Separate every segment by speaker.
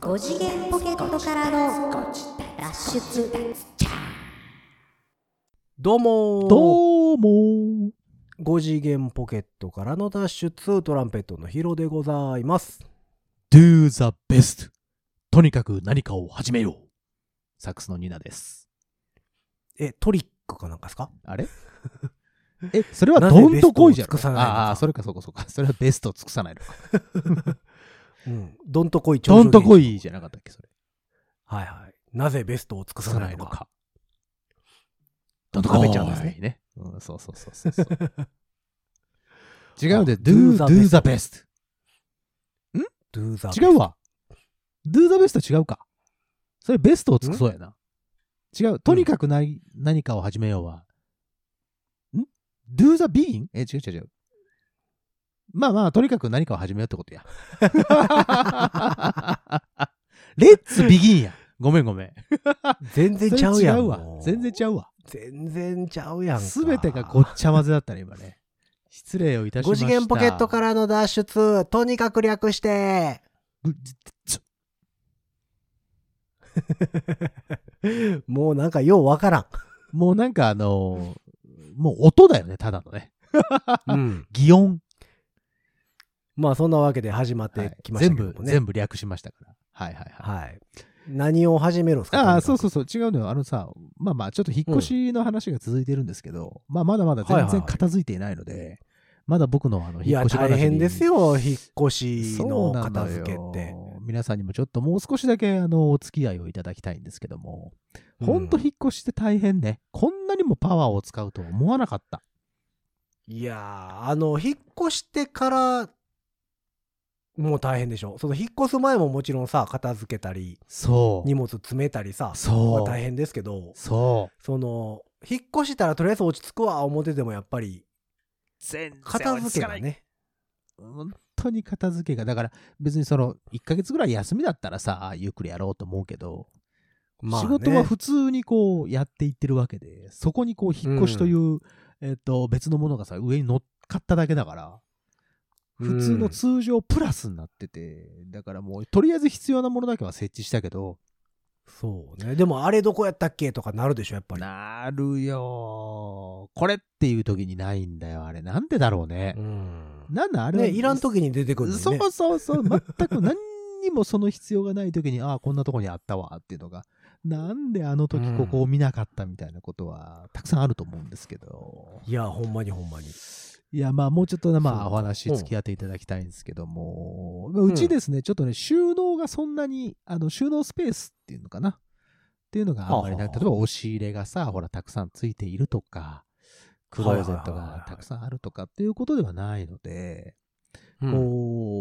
Speaker 1: 5次元ポケットからの脱出
Speaker 2: どうもー
Speaker 3: どうも
Speaker 2: 5次元ポケットからの脱出トランペットのヒロでございます
Speaker 3: Do the best とにかく何かを始めようサックスのニナです。
Speaker 2: えトリックかなんかですか
Speaker 3: あ れえ、それは
Speaker 2: なぜ
Speaker 3: どんとこいじゃん。
Speaker 2: ベストを尽くさないのか
Speaker 3: ああ、それかそうかそうか。それはベストを尽くさないのか。
Speaker 2: うんどんとこい
Speaker 3: どんとこ
Speaker 2: い
Speaker 3: いじゃなかったっけ、それ。
Speaker 2: はいはいなぜベストを尽くさないのか。
Speaker 3: どんと
Speaker 2: こい
Speaker 3: こいちゃんですね。うん、そうそうそうそうそう。 違うんで、
Speaker 2: あ do
Speaker 3: do,
Speaker 2: the
Speaker 3: do the best。
Speaker 2: Do the
Speaker 3: 違うわ。do the best は違うか。それベストを尽くそうやな。違う。とにかくな、何かを始めようは。ん ?do the being? え、違う違う違う。まあまあ、とにかく何かを始めようってことや。レッツビギンや。ごめんごめん。
Speaker 2: 全然ちゃうやん
Speaker 3: それ違わ
Speaker 2: も。う
Speaker 3: 全然ちゃうわ。
Speaker 2: 全然ちゃうやんか
Speaker 3: すべてがごっちゃ混ぜだったね、今ね。失礼をいたし
Speaker 2: 5
Speaker 3: ました。。
Speaker 2: 次元ポケットかららの脱出とにかく略してもうなんかようわ から
Speaker 3: もうなんかあのーもう音だよね、ただのね。
Speaker 2: ん、うん、
Speaker 3: 擬音。
Speaker 2: まあそんなわけで始まっ
Speaker 3: は
Speaker 2: て
Speaker 3: い
Speaker 2: きました
Speaker 3: 全
Speaker 2: けども
Speaker 3: 部
Speaker 2: ね、、
Speaker 3: 全部略しましたから。はいはいはい。
Speaker 2: はい何を始めるんですか
Speaker 3: ああ、そう
Speaker 2: う
Speaker 3: そうそう、違うのよ。あのさ、まあまあ、ちょっと引っ越しの話が続いてるんですけど、まあまだまだ
Speaker 2: はい
Speaker 3: 全
Speaker 2: はい
Speaker 3: 然
Speaker 2: はい
Speaker 3: 片付いていないので、まだ僕のあの
Speaker 2: い
Speaker 3: 引っ
Speaker 2: や
Speaker 3: 越し話に
Speaker 2: 大変ですよ引っ越しの片付け
Speaker 3: そ
Speaker 2: っ
Speaker 3: うなの
Speaker 2: て
Speaker 3: よ皆さんにもちょっともう少しだけあのお付き合いをいただきたいんですけども、ほんと
Speaker 2: うん
Speaker 3: 引っ越しって大変ね。こんなにもパワーを使うとは思わなかった。
Speaker 2: いやーあの引っ越してからもう大変でしょその引っ越す前ももちろんさ片付けたり
Speaker 3: そう。
Speaker 2: 荷物詰めたりさまあ
Speaker 3: そう。
Speaker 2: 大変ですけど
Speaker 3: そう。
Speaker 2: その引っ越したらとりあえず落ち着くわ思っててもやっぱり
Speaker 3: 全
Speaker 2: 片付けがね
Speaker 3: 本当に片付けが、だから別にその1ヶ月ぐらい休みだったらさ、ゆっくりやろうと思うけど、
Speaker 2: まあ
Speaker 3: 仕
Speaker 2: ね
Speaker 3: 事は普通にこうやっていってるわけで、そこにこう引っ越しという、えっと別のものがさ、上に乗っかっただけだから、普通の通常プラスになってて、だからもうとりあえず必要なものだけは設置したけど、
Speaker 2: そうねでもあれどこやったっけとかなるでしょやっぱり
Speaker 3: なるよーこれっていう時にないんだよ、あれ。なんでだろうね
Speaker 2: う。ん
Speaker 3: なんだあれ、
Speaker 2: ねいらん時に出てくるのにね
Speaker 3: そうそうそう、全く何にもその必要がない時に、ああ、こんなとこにあったわっていうのが、なんであの時ここを見なかったみたいなことは、たくさんあると思うんですけど。
Speaker 2: いやほんまにほんまに
Speaker 3: いや、まあ、もうちょっとね、
Speaker 2: そう
Speaker 3: ま
Speaker 2: か
Speaker 3: あ、お話
Speaker 2: うん
Speaker 3: 付き合っていただきたいんですけども、まあうちですね、ちょっとね、収納がそんなに、あの、収納スペースっていうのかなっていうのがあんまりな
Speaker 2: はあはあ
Speaker 3: く、例えば押し入れがさ、ほら、たくさんついているとか、クローゼット
Speaker 2: はいはいはいは
Speaker 3: が
Speaker 2: い
Speaker 3: たくさんあるとかっていうことではないので、
Speaker 2: うん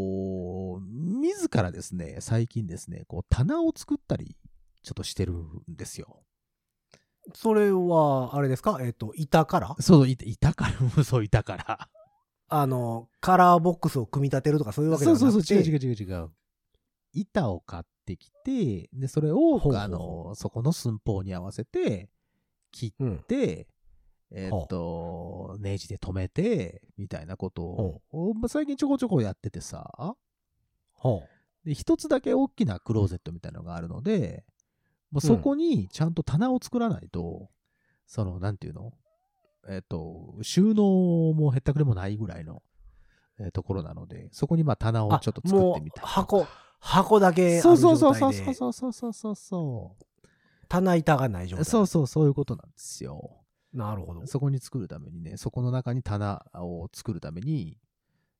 Speaker 3: こう、自らですね、最近ですね、こう、棚を作ったり、ちょっとしてるんですよ。
Speaker 2: それはあれですかえっと板から
Speaker 3: そう、いいたから、 そう、いたから。
Speaker 2: あのカラーボックスを組み立てるとかそういうわけで
Speaker 3: そ
Speaker 2: は
Speaker 3: う
Speaker 2: なくて
Speaker 3: そうそう、違う違う違う違う。板を買ってきて、で、それを
Speaker 2: ほうほうほう
Speaker 3: あの、そこの寸法に合わせて、切
Speaker 2: うん
Speaker 3: って、えーっと、ネジで止めて、みたいなことを、まあ最近ちょこちょこやっててさ、
Speaker 2: ほ
Speaker 3: で、一つだけ大きなクローゼットみたいなのがあるので、まあそこにちゃんと棚を作らないと、その、なんていうのえっと、収納もへったくれもないぐらいの、えーところなので、そこにまあ棚
Speaker 2: う
Speaker 3: を
Speaker 2: あ
Speaker 3: ちょっと作
Speaker 2: も
Speaker 3: っ
Speaker 2: う
Speaker 3: てみたりとか
Speaker 2: 箱箱だけあ
Speaker 3: そ
Speaker 2: る
Speaker 3: うそうそ
Speaker 2: 状
Speaker 3: うそう
Speaker 2: 態
Speaker 3: そう
Speaker 2: で
Speaker 3: そうそうそうそうそ
Speaker 2: 棚板がない状
Speaker 3: う
Speaker 2: 態
Speaker 3: そうそうそういうことなんですよ
Speaker 2: なるほど
Speaker 3: そこに作るためにねそこの中に棚を作るために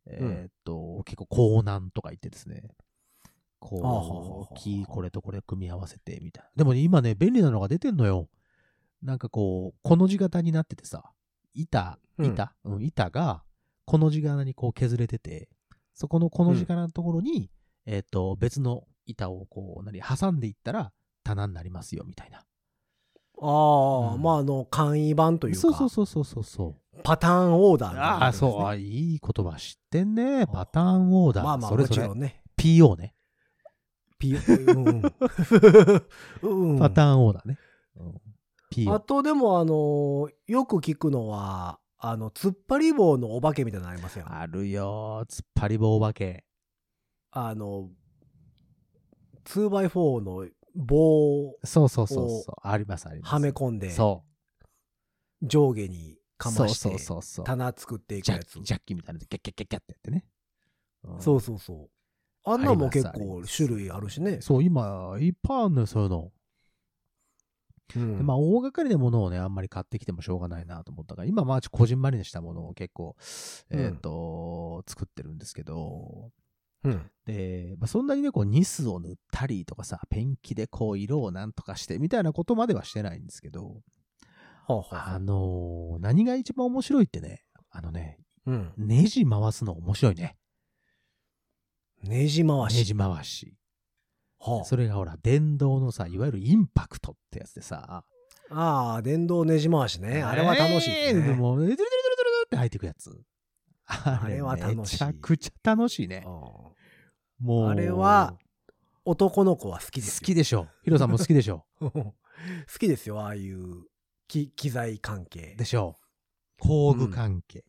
Speaker 3: えーっと、結構高難とか言ってですね
Speaker 2: あはははは
Speaker 3: こう木これとこれ組み合わせてみたいなでもね今ね便利なのが出てんのよなんかこうこの字型になっててさ板
Speaker 2: うん
Speaker 3: 板、うん板がこの字型にこう削れててそこのこの字からのところに、えっ、と、別の板をこう、何、挟んでいったら棚になりますよ、みたいな。
Speaker 2: ああ、
Speaker 3: うん
Speaker 2: まああの簡易版というか
Speaker 3: そうそうそうそうそうそう。
Speaker 2: パターンオーダーみたいな
Speaker 3: あ
Speaker 2: こと
Speaker 3: あ、
Speaker 2: ですね
Speaker 3: そう、あいい言葉知ってんね。パターンオーダー。
Speaker 2: まあまあ
Speaker 3: それ
Speaker 2: も
Speaker 3: ぞ
Speaker 2: ち
Speaker 3: れ
Speaker 2: ろんね
Speaker 3: PO ね。
Speaker 2: ピうん うんうん
Speaker 3: パターンオーダーね。うん、
Speaker 2: あ
Speaker 3: PO。
Speaker 2: とでもあのーよく聞くのはあの突っ張り棒のお化けみたいなのありますよ
Speaker 3: あるよー。突っ張り棒お化け。
Speaker 2: あの 2x4 の棒を
Speaker 3: そうそうそうそう。あります、あります。
Speaker 2: はめ込んで、
Speaker 3: そ
Speaker 2: 上下に
Speaker 3: う。
Speaker 2: かまし
Speaker 3: そう
Speaker 2: て、
Speaker 3: そうそうそう。
Speaker 2: 棚作っていく
Speaker 3: ジャ
Speaker 2: や
Speaker 3: ッ
Speaker 2: つ
Speaker 3: キ。ジャッキみたいなので、キャッキャッキャッキャッってやってね。うん
Speaker 2: そうそうそう。あんなも結
Speaker 3: あり
Speaker 2: 構
Speaker 3: ます
Speaker 2: 種類あるしね。
Speaker 3: そう、今、いっぱいあるのよ、そういうの。
Speaker 2: うん
Speaker 3: でまあ、大掛かりなものをね、あんまり買ってきてもしょうがないなと思ったから、今、まあ、ちょこじんまりにしたものを結構、えっ、と、作ってるんですけど、
Speaker 2: うん
Speaker 3: で、まあ、そんなにね、こう、ニスを塗ったりとかさ、ペンキでこう、色をなんとかして、みたいなことまではしてないんですけど、
Speaker 2: はあはあは
Speaker 3: あ
Speaker 2: あ
Speaker 3: のー何が一番面白いってね、あのね、
Speaker 2: うん
Speaker 3: ネジ回すの面白いね。
Speaker 2: ねじ回
Speaker 3: ネ
Speaker 2: し。
Speaker 3: ジ回し。
Speaker 2: は
Speaker 3: それがほら、電動のさ、いわゆるインパクトってやつでさ、
Speaker 2: ああー、電動ねじ回しね。あれは楽しいです
Speaker 3: えーで
Speaker 2: ね。
Speaker 3: も、ドゥルドゥルドゥルドゥルって入ってくやつ。あ
Speaker 2: れは楽しい
Speaker 3: めちゃくちゃ楽しいね。
Speaker 2: あ
Speaker 3: もう。
Speaker 2: あれは、男の子は好きで
Speaker 3: 好
Speaker 2: すよ。
Speaker 3: きでしょ。ヒロさんも好きで しょ。
Speaker 2: 好きですよ、ああいう機機材関係
Speaker 3: で。しょう。工具関係。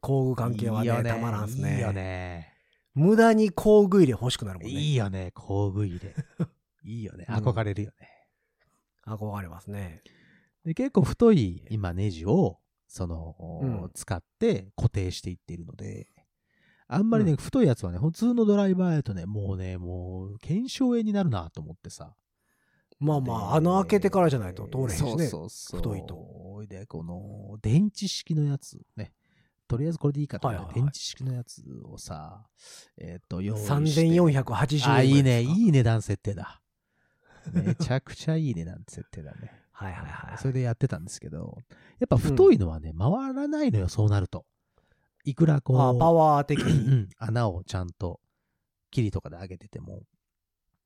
Speaker 2: 工具関係はい
Speaker 3: いよ
Speaker 2: ね、たまらんっす
Speaker 3: いい
Speaker 2: ね。
Speaker 3: よね。
Speaker 2: 無駄に工具入れ欲しくなるもん
Speaker 3: い
Speaker 2: ね。
Speaker 3: いよね、工具入れ。いいよね。
Speaker 2: うん
Speaker 3: 憧れるよね。
Speaker 2: 憧れますね。
Speaker 3: で結構太い今ネジを、その、
Speaker 2: うん
Speaker 3: 使って固定していっているので、あんまりね、
Speaker 2: うん
Speaker 3: 太いやつはね、普通のドライバーやとね、もうね、もう、検証絵になるなと思ってさ。
Speaker 2: まあま
Speaker 3: で
Speaker 2: あ、穴開けてからじゃないと通れへんしね。
Speaker 3: そうそうそう
Speaker 2: 太いと
Speaker 3: おいで、この、電池式のやつね。とりあえずこれでいいかとか、
Speaker 2: はいはいはい
Speaker 3: 電池式のやつをさ、えっ、と、用意して。
Speaker 2: 3480円。
Speaker 3: あ、いいね、
Speaker 2: い。
Speaker 3: いい値段設定だ。めちゃくちゃいい値段設定だね。
Speaker 2: はいはい はい。
Speaker 3: それでやってたんですけど、やっぱ太いのはね、回らないのよ、そうなると。いくらこ
Speaker 2: ああパ
Speaker 3: う、
Speaker 2: ワー的
Speaker 3: う
Speaker 2: に。
Speaker 3: ん穴をちゃんと、切りとかで上げてても、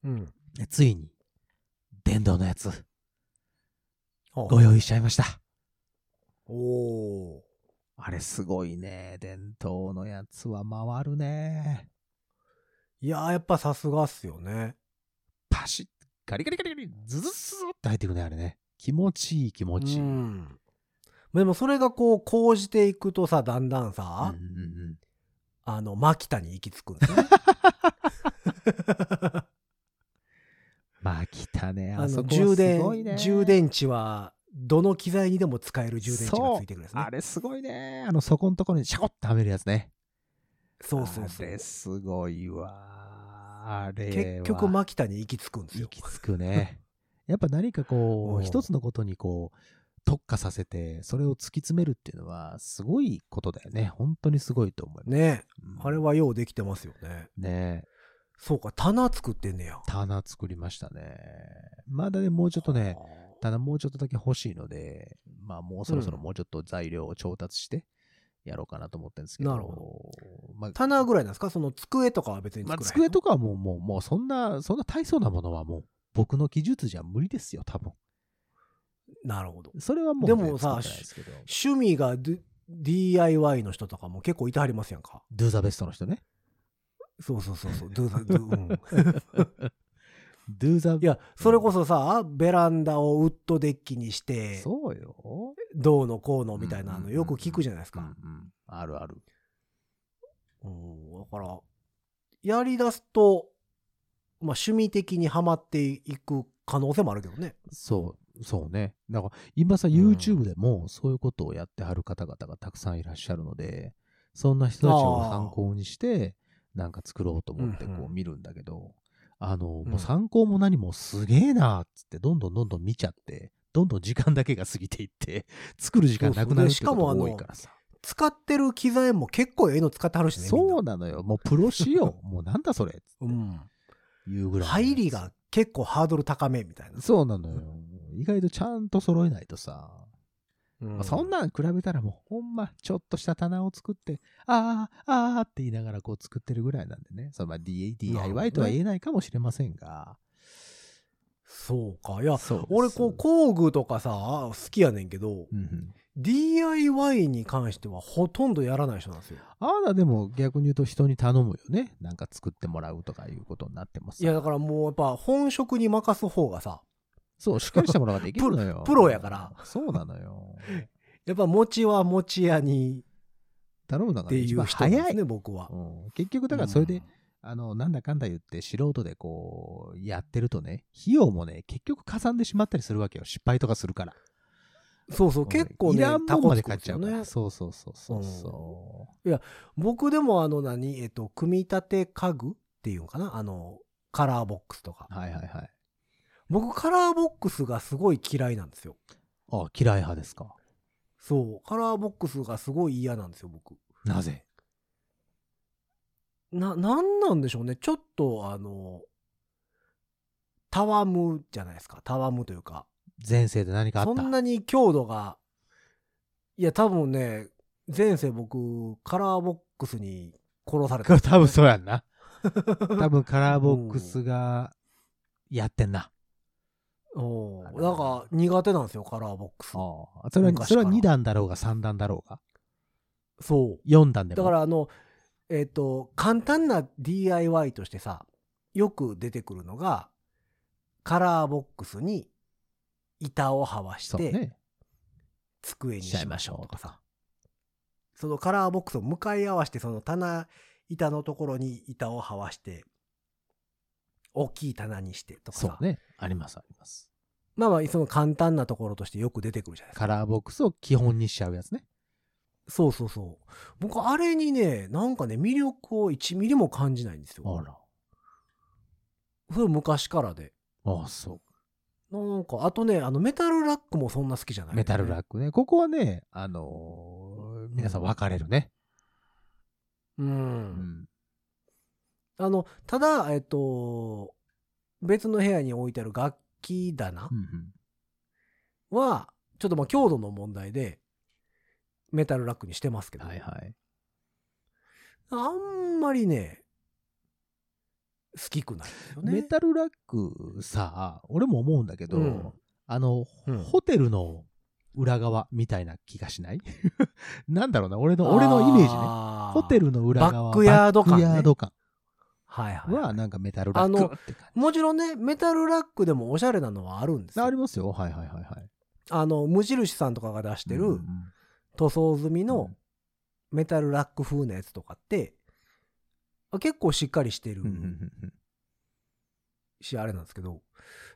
Speaker 2: うん。
Speaker 3: ねついに、電動のやつ、
Speaker 2: ほう
Speaker 3: ご用意しちゃいました。
Speaker 2: おお
Speaker 3: あれすごいね。伝統のやつは回るね。
Speaker 2: ー。いやー、やっぱさすがっすよね。
Speaker 3: パシッ、ガリガリガリガリ、ズズズズって入ってくね、あれね。気持ちいい気持
Speaker 2: う
Speaker 3: ちいい。うん
Speaker 2: ん。でもそれがこう、こうじていくとさ、だんだん
Speaker 3: うん
Speaker 2: さ、
Speaker 3: うん
Speaker 2: あの、牧田に行き着くんです ね。
Speaker 3: まあ来たね。
Speaker 2: あ
Speaker 3: あそ
Speaker 2: の
Speaker 3: こは
Speaker 2: 充
Speaker 3: すごいね
Speaker 2: 電、充電池は、どの機材にでも使える充電池がついてくるんですね
Speaker 3: あ。れすごいね。あの、そこのところにシャコッとはめるやつね。
Speaker 2: そうそうそ
Speaker 3: あ
Speaker 2: う
Speaker 3: れ。すごいわ。あれ
Speaker 2: 結
Speaker 3: は
Speaker 2: 局、牧田に行き着くんですよ
Speaker 3: 行。き着くね。 やっぱ何かこ
Speaker 2: うん
Speaker 3: う、一つのことにこう、特化させて、それを突き詰めるっていうのは、すごいことだよね。本当にすごいと思います。
Speaker 2: ね
Speaker 3: うん
Speaker 2: あれ。はようできてますよね。
Speaker 3: ね
Speaker 2: そうか、棚作ってんねや。
Speaker 3: 棚作りましたね。まだね、もうちょっとね、棚もうちょっとだけ欲しいので、まあもうそろそろ
Speaker 2: うん
Speaker 3: もうちょっと材料を調達して、やろうかなと思ってるんですけど。
Speaker 2: なるほ
Speaker 3: ど。まあ、
Speaker 2: 棚ぐらいなんですかその机とかは別に
Speaker 3: まあ、
Speaker 2: 作らへんの、
Speaker 3: 机とかはもう、もう、もう、そんな、そんな大層なものはもう、僕の技術じゃ無理ですよ、多分。
Speaker 2: なるほど。
Speaker 3: それはもう、
Speaker 2: でもさ
Speaker 3: 作ってないですけど
Speaker 2: 趣味がド DIY の人とかも結構いてはりますやんか。
Speaker 3: ドゥザベストの人ね。
Speaker 2: そうそうそうそう。ドゥザドゥ うん、
Speaker 3: ドゥザ
Speaker 2: いや、それこそさ、ベランダをウッドデッキにして、
Speaker 3: そうよ。
Speaker 2: どうのこうのみたいなのよく聞くじゃないです
Speaker 3: うんう
Speaker 2: か。
Speaker 3: ん。あるある。
Speaker 2: うん、だから、やり出すと、まあ趣味的にはまっていく可能性もあるけどね。
Speaker 3: そう、そうね。だから、今さ、
Speaker 2: ん
Speaker 3: YouTube でも、そういうことをやってはる方々がたくさんいらっしゃるので、そんな人たちを参考にして、なんか作ろうと思って、
Speaker 2: うん
Speaker 3: こ
Speaker 2: う
Speaker 3: うん見るんだけど、あの、
Speaker 2: う
Speaker 3: も
Speaker 2: ん
Speaker 3: う参考も何もすげえなーっつって、どんどんどんどん見ちゃって、どんどん時間だけが過ぎていって、 作る時間なくなる
Speaker 2: そうそう
Speaker 3: って
Speaker 2: でしか
Speaker 3: こと
Speaker 2: も
Speaker 3: が
Speaker 2: あの
Speaker 3: 多いからさ。
Speaker 2: 使ってる機材も結構ええの使ってはるしね。みんな
Speaker 3: そうなのよ。もうプロ仕様。 もうなんだそれっつって
Speaker 2: うん。
Speaker 3: いうぐらいのやつ。
Speaker 2: 入りが結構ハードル高めみたいな。
Speaker 3: そうなのよ。意外とちゃんと揃えないとさ、まあそんなん比べたらもうほんまちょっとした棚を作って、あーあーって言いながらこう作ってるぐらいなんでね。そのまあ D-
Speaker 2: なるほどね
Speaker 3: DIY とは言えないかもしれませんが。
Speaker 2: そうか。いや、
Speaker 3: そうです
Speaker 2: 俺こう工具とかさ、好きやねんけど、
Speaker 3: うんうん、
Speaker 2: DIY に関してはほとんどやらない人なんですよ。
Speaker 3: あなでも逆に言うと人に頼むよね。なんか作ってもらうとかいうことになってます。
Speaker 2: いや、だからもうやっぱ本職に任す方がさ、。
Speaker 3: そう、しっかりしたものができるのよ
Speaker 2: プロプロやから。
Speaker 3: そうなのよ。
Speaker 2: やっぱ餅は餅屋に
Speaker 3: 頼むの
Speaker 2: っ
Speaker 3: が
Speaker 2: て
Speaker 3: ね
Speaker 2: い
Speaker 3: 一
Speaker 2: う
Speaker 3: 番
Speaker 2: 人なん
Speaker 3: 早
Speaker 2: で
Speaker 3: い
Speaker 2: す。ね、僕は
Speaker 3: う。ん結局だからそれで、あの、なんだかんだ言って素人でこう、やってるとね、費用もね、結局かさんでしまったりするわけよ。失敗とかするから。
Speaker 2: そうそう、結構
Speaker 3: い
Speaker 2: ね
Speaker 3: らん、も
Speaker 2: タ
Speaker 3: んま
Speaker 2: コ
Speaker 3: で
Speaker 2: つく
Speaker 3: 買
Speaker 2: ん
Speaker 3: っ
Speaker 2: です
Speaker 3: ちゃ
Speaker 2: よ
Speaker 3: うから。
Speaker 2: ね。
Speaker 3: そうそうそうそうそ
Speaker 2: 僕でもあの何、えっと、組み立て家具っていうのかなあの、カラーボックスとか
Speaker 3: う。。はいはいはい。
Speaker 2: 僕、カラーボックスがすごい嫌いなんですよ。
Speaker 3: あ、嫌い派ですか。
Speaker 2: そう。カラーボックスがすごい嫌なんですよ、僕。
Speaker 3: なぜ
Speaker 2: な、なんなんでしょうね。ちょっと、あの、戯むじゃないですか。戯むというか。
Speaker 3: 前世で何かあ
Speaker 2: そ
Speaker 3: った
Speaker 2: んなに強度が、いや、多分ね、前世僕、カラーボックスに殺され
Speaker 3: こ
Speaker 2: た。
Speaker 3: れ多分そうやんな。多分カラーボックスがやってんな。
Speaker 2: おうなんか、苦手なんですよ、カラーボックス。
Speaker 3: ああそれは、
Speaker 2: 昔
Speaker 3: それは
Speaker 2: から
Speaker 3: 2段だろうが3段だろうが。
Speaker 2: そう。
Speaker 3: 4段で
Speaker 2: だ
Speaker 3: も。
Speaker 2: からあのえっ、と簡単な DIY としてさよく出てくるのがカラーボックスに板をはわし
Speaker 3: そう
Speaker 2: て、
Speaker 3: ね。
Speaker 2: 机に
Speaker 3: しちゃい
Speaker 2: し
Speaker 3: ま
Speaker 2: ま
Speaker 3: し
Speaker 2: し
Speaker 3: ょ
Speaker 2: ょ
Speaker 3: う
Speaker 2: う
Speaker 3: と
Speaker 2: と
Speaker 3: か
Speaker 2: かさそのカラーボックスを向かい合わせてその棚板のところに板をはわして大きい棚にしてとか
Speaker 3: そ
Speaker 2: さ、
Speaker 3: うね。ありますあります。
Speaker 2: まあまあその簡単なところとしてよく出てくるじゃないですか
Speaker 3: カラーボックスを基本にしちゃうやつね。
Speaker 2: そうそうそう僕あれにねなんかね魅力を1ミリも感じないんですよ
Speaker 3: あら。
Speaker 2: それ昔からで
Speaker 3: ああ、そう。
Speaker 2: なんか、あとね、あの、メタルラックもそんな好きじゃない、
Speaker 3: メタルラ
Speaker 2: ッ
Speaker 3: ックね。ここはね、あのー皆さん分かれるね。
Speaker 2: ク。う。
Speaker 3: うんん。
Speaker 2: あの、ただ、えっと、別の部屋に置いてある楽器棚
Speaker 3: うんうん
Speaker 2: は、ちょっとまあ、強度の問題で、メタルラックにしてますけど、
Speaker 3: はいはい。
Speaker 2: あんまりね、好きくないんですよね。
Speaker 3: メタルラックさ、俺も思うんだけど、
Speaker 2: うん
Speaker 3: あの、
Speaker 2: うん
Speaker 3: ホテルの裏側みたいな気がしない なんだろうな、俺の、俺のイメージね。
Speaker 2: ね
Speaker 3: ホテ。ルの裏
Speaker 2: バ
Speaker 3: 側
Speaker 2: ックヤード感ね
Speaker 3: バックヤード感
Speaker 2: はいはい。
Speaker 3: はなんかメタルラ
Speaker 2: あ
Speaker 3: ッ
Speaker 2: の
Speaker 3: クって感
Speaker 2: もちろんね、メタルラックでもおしゃれなのはあるんです
Speaker 3: じ。
Speaker 2: よ
Speaker 3: ありますよ。はいはいはいはい。
Speaker 2: あの、無印さんとかが出して
Speaker 3: うんう
Speaker 2: る
Speaker 3: ん
Speaker 2: 塗装済み
Speaker 3: う
Speaker 2: の
Speaker 3: ん
Speaker 2: メタルラック風のやつとかって、あ結構しっかりしてる
Speaker 3: うんうんうんうん
Speaker 2: し、あれなんですけど、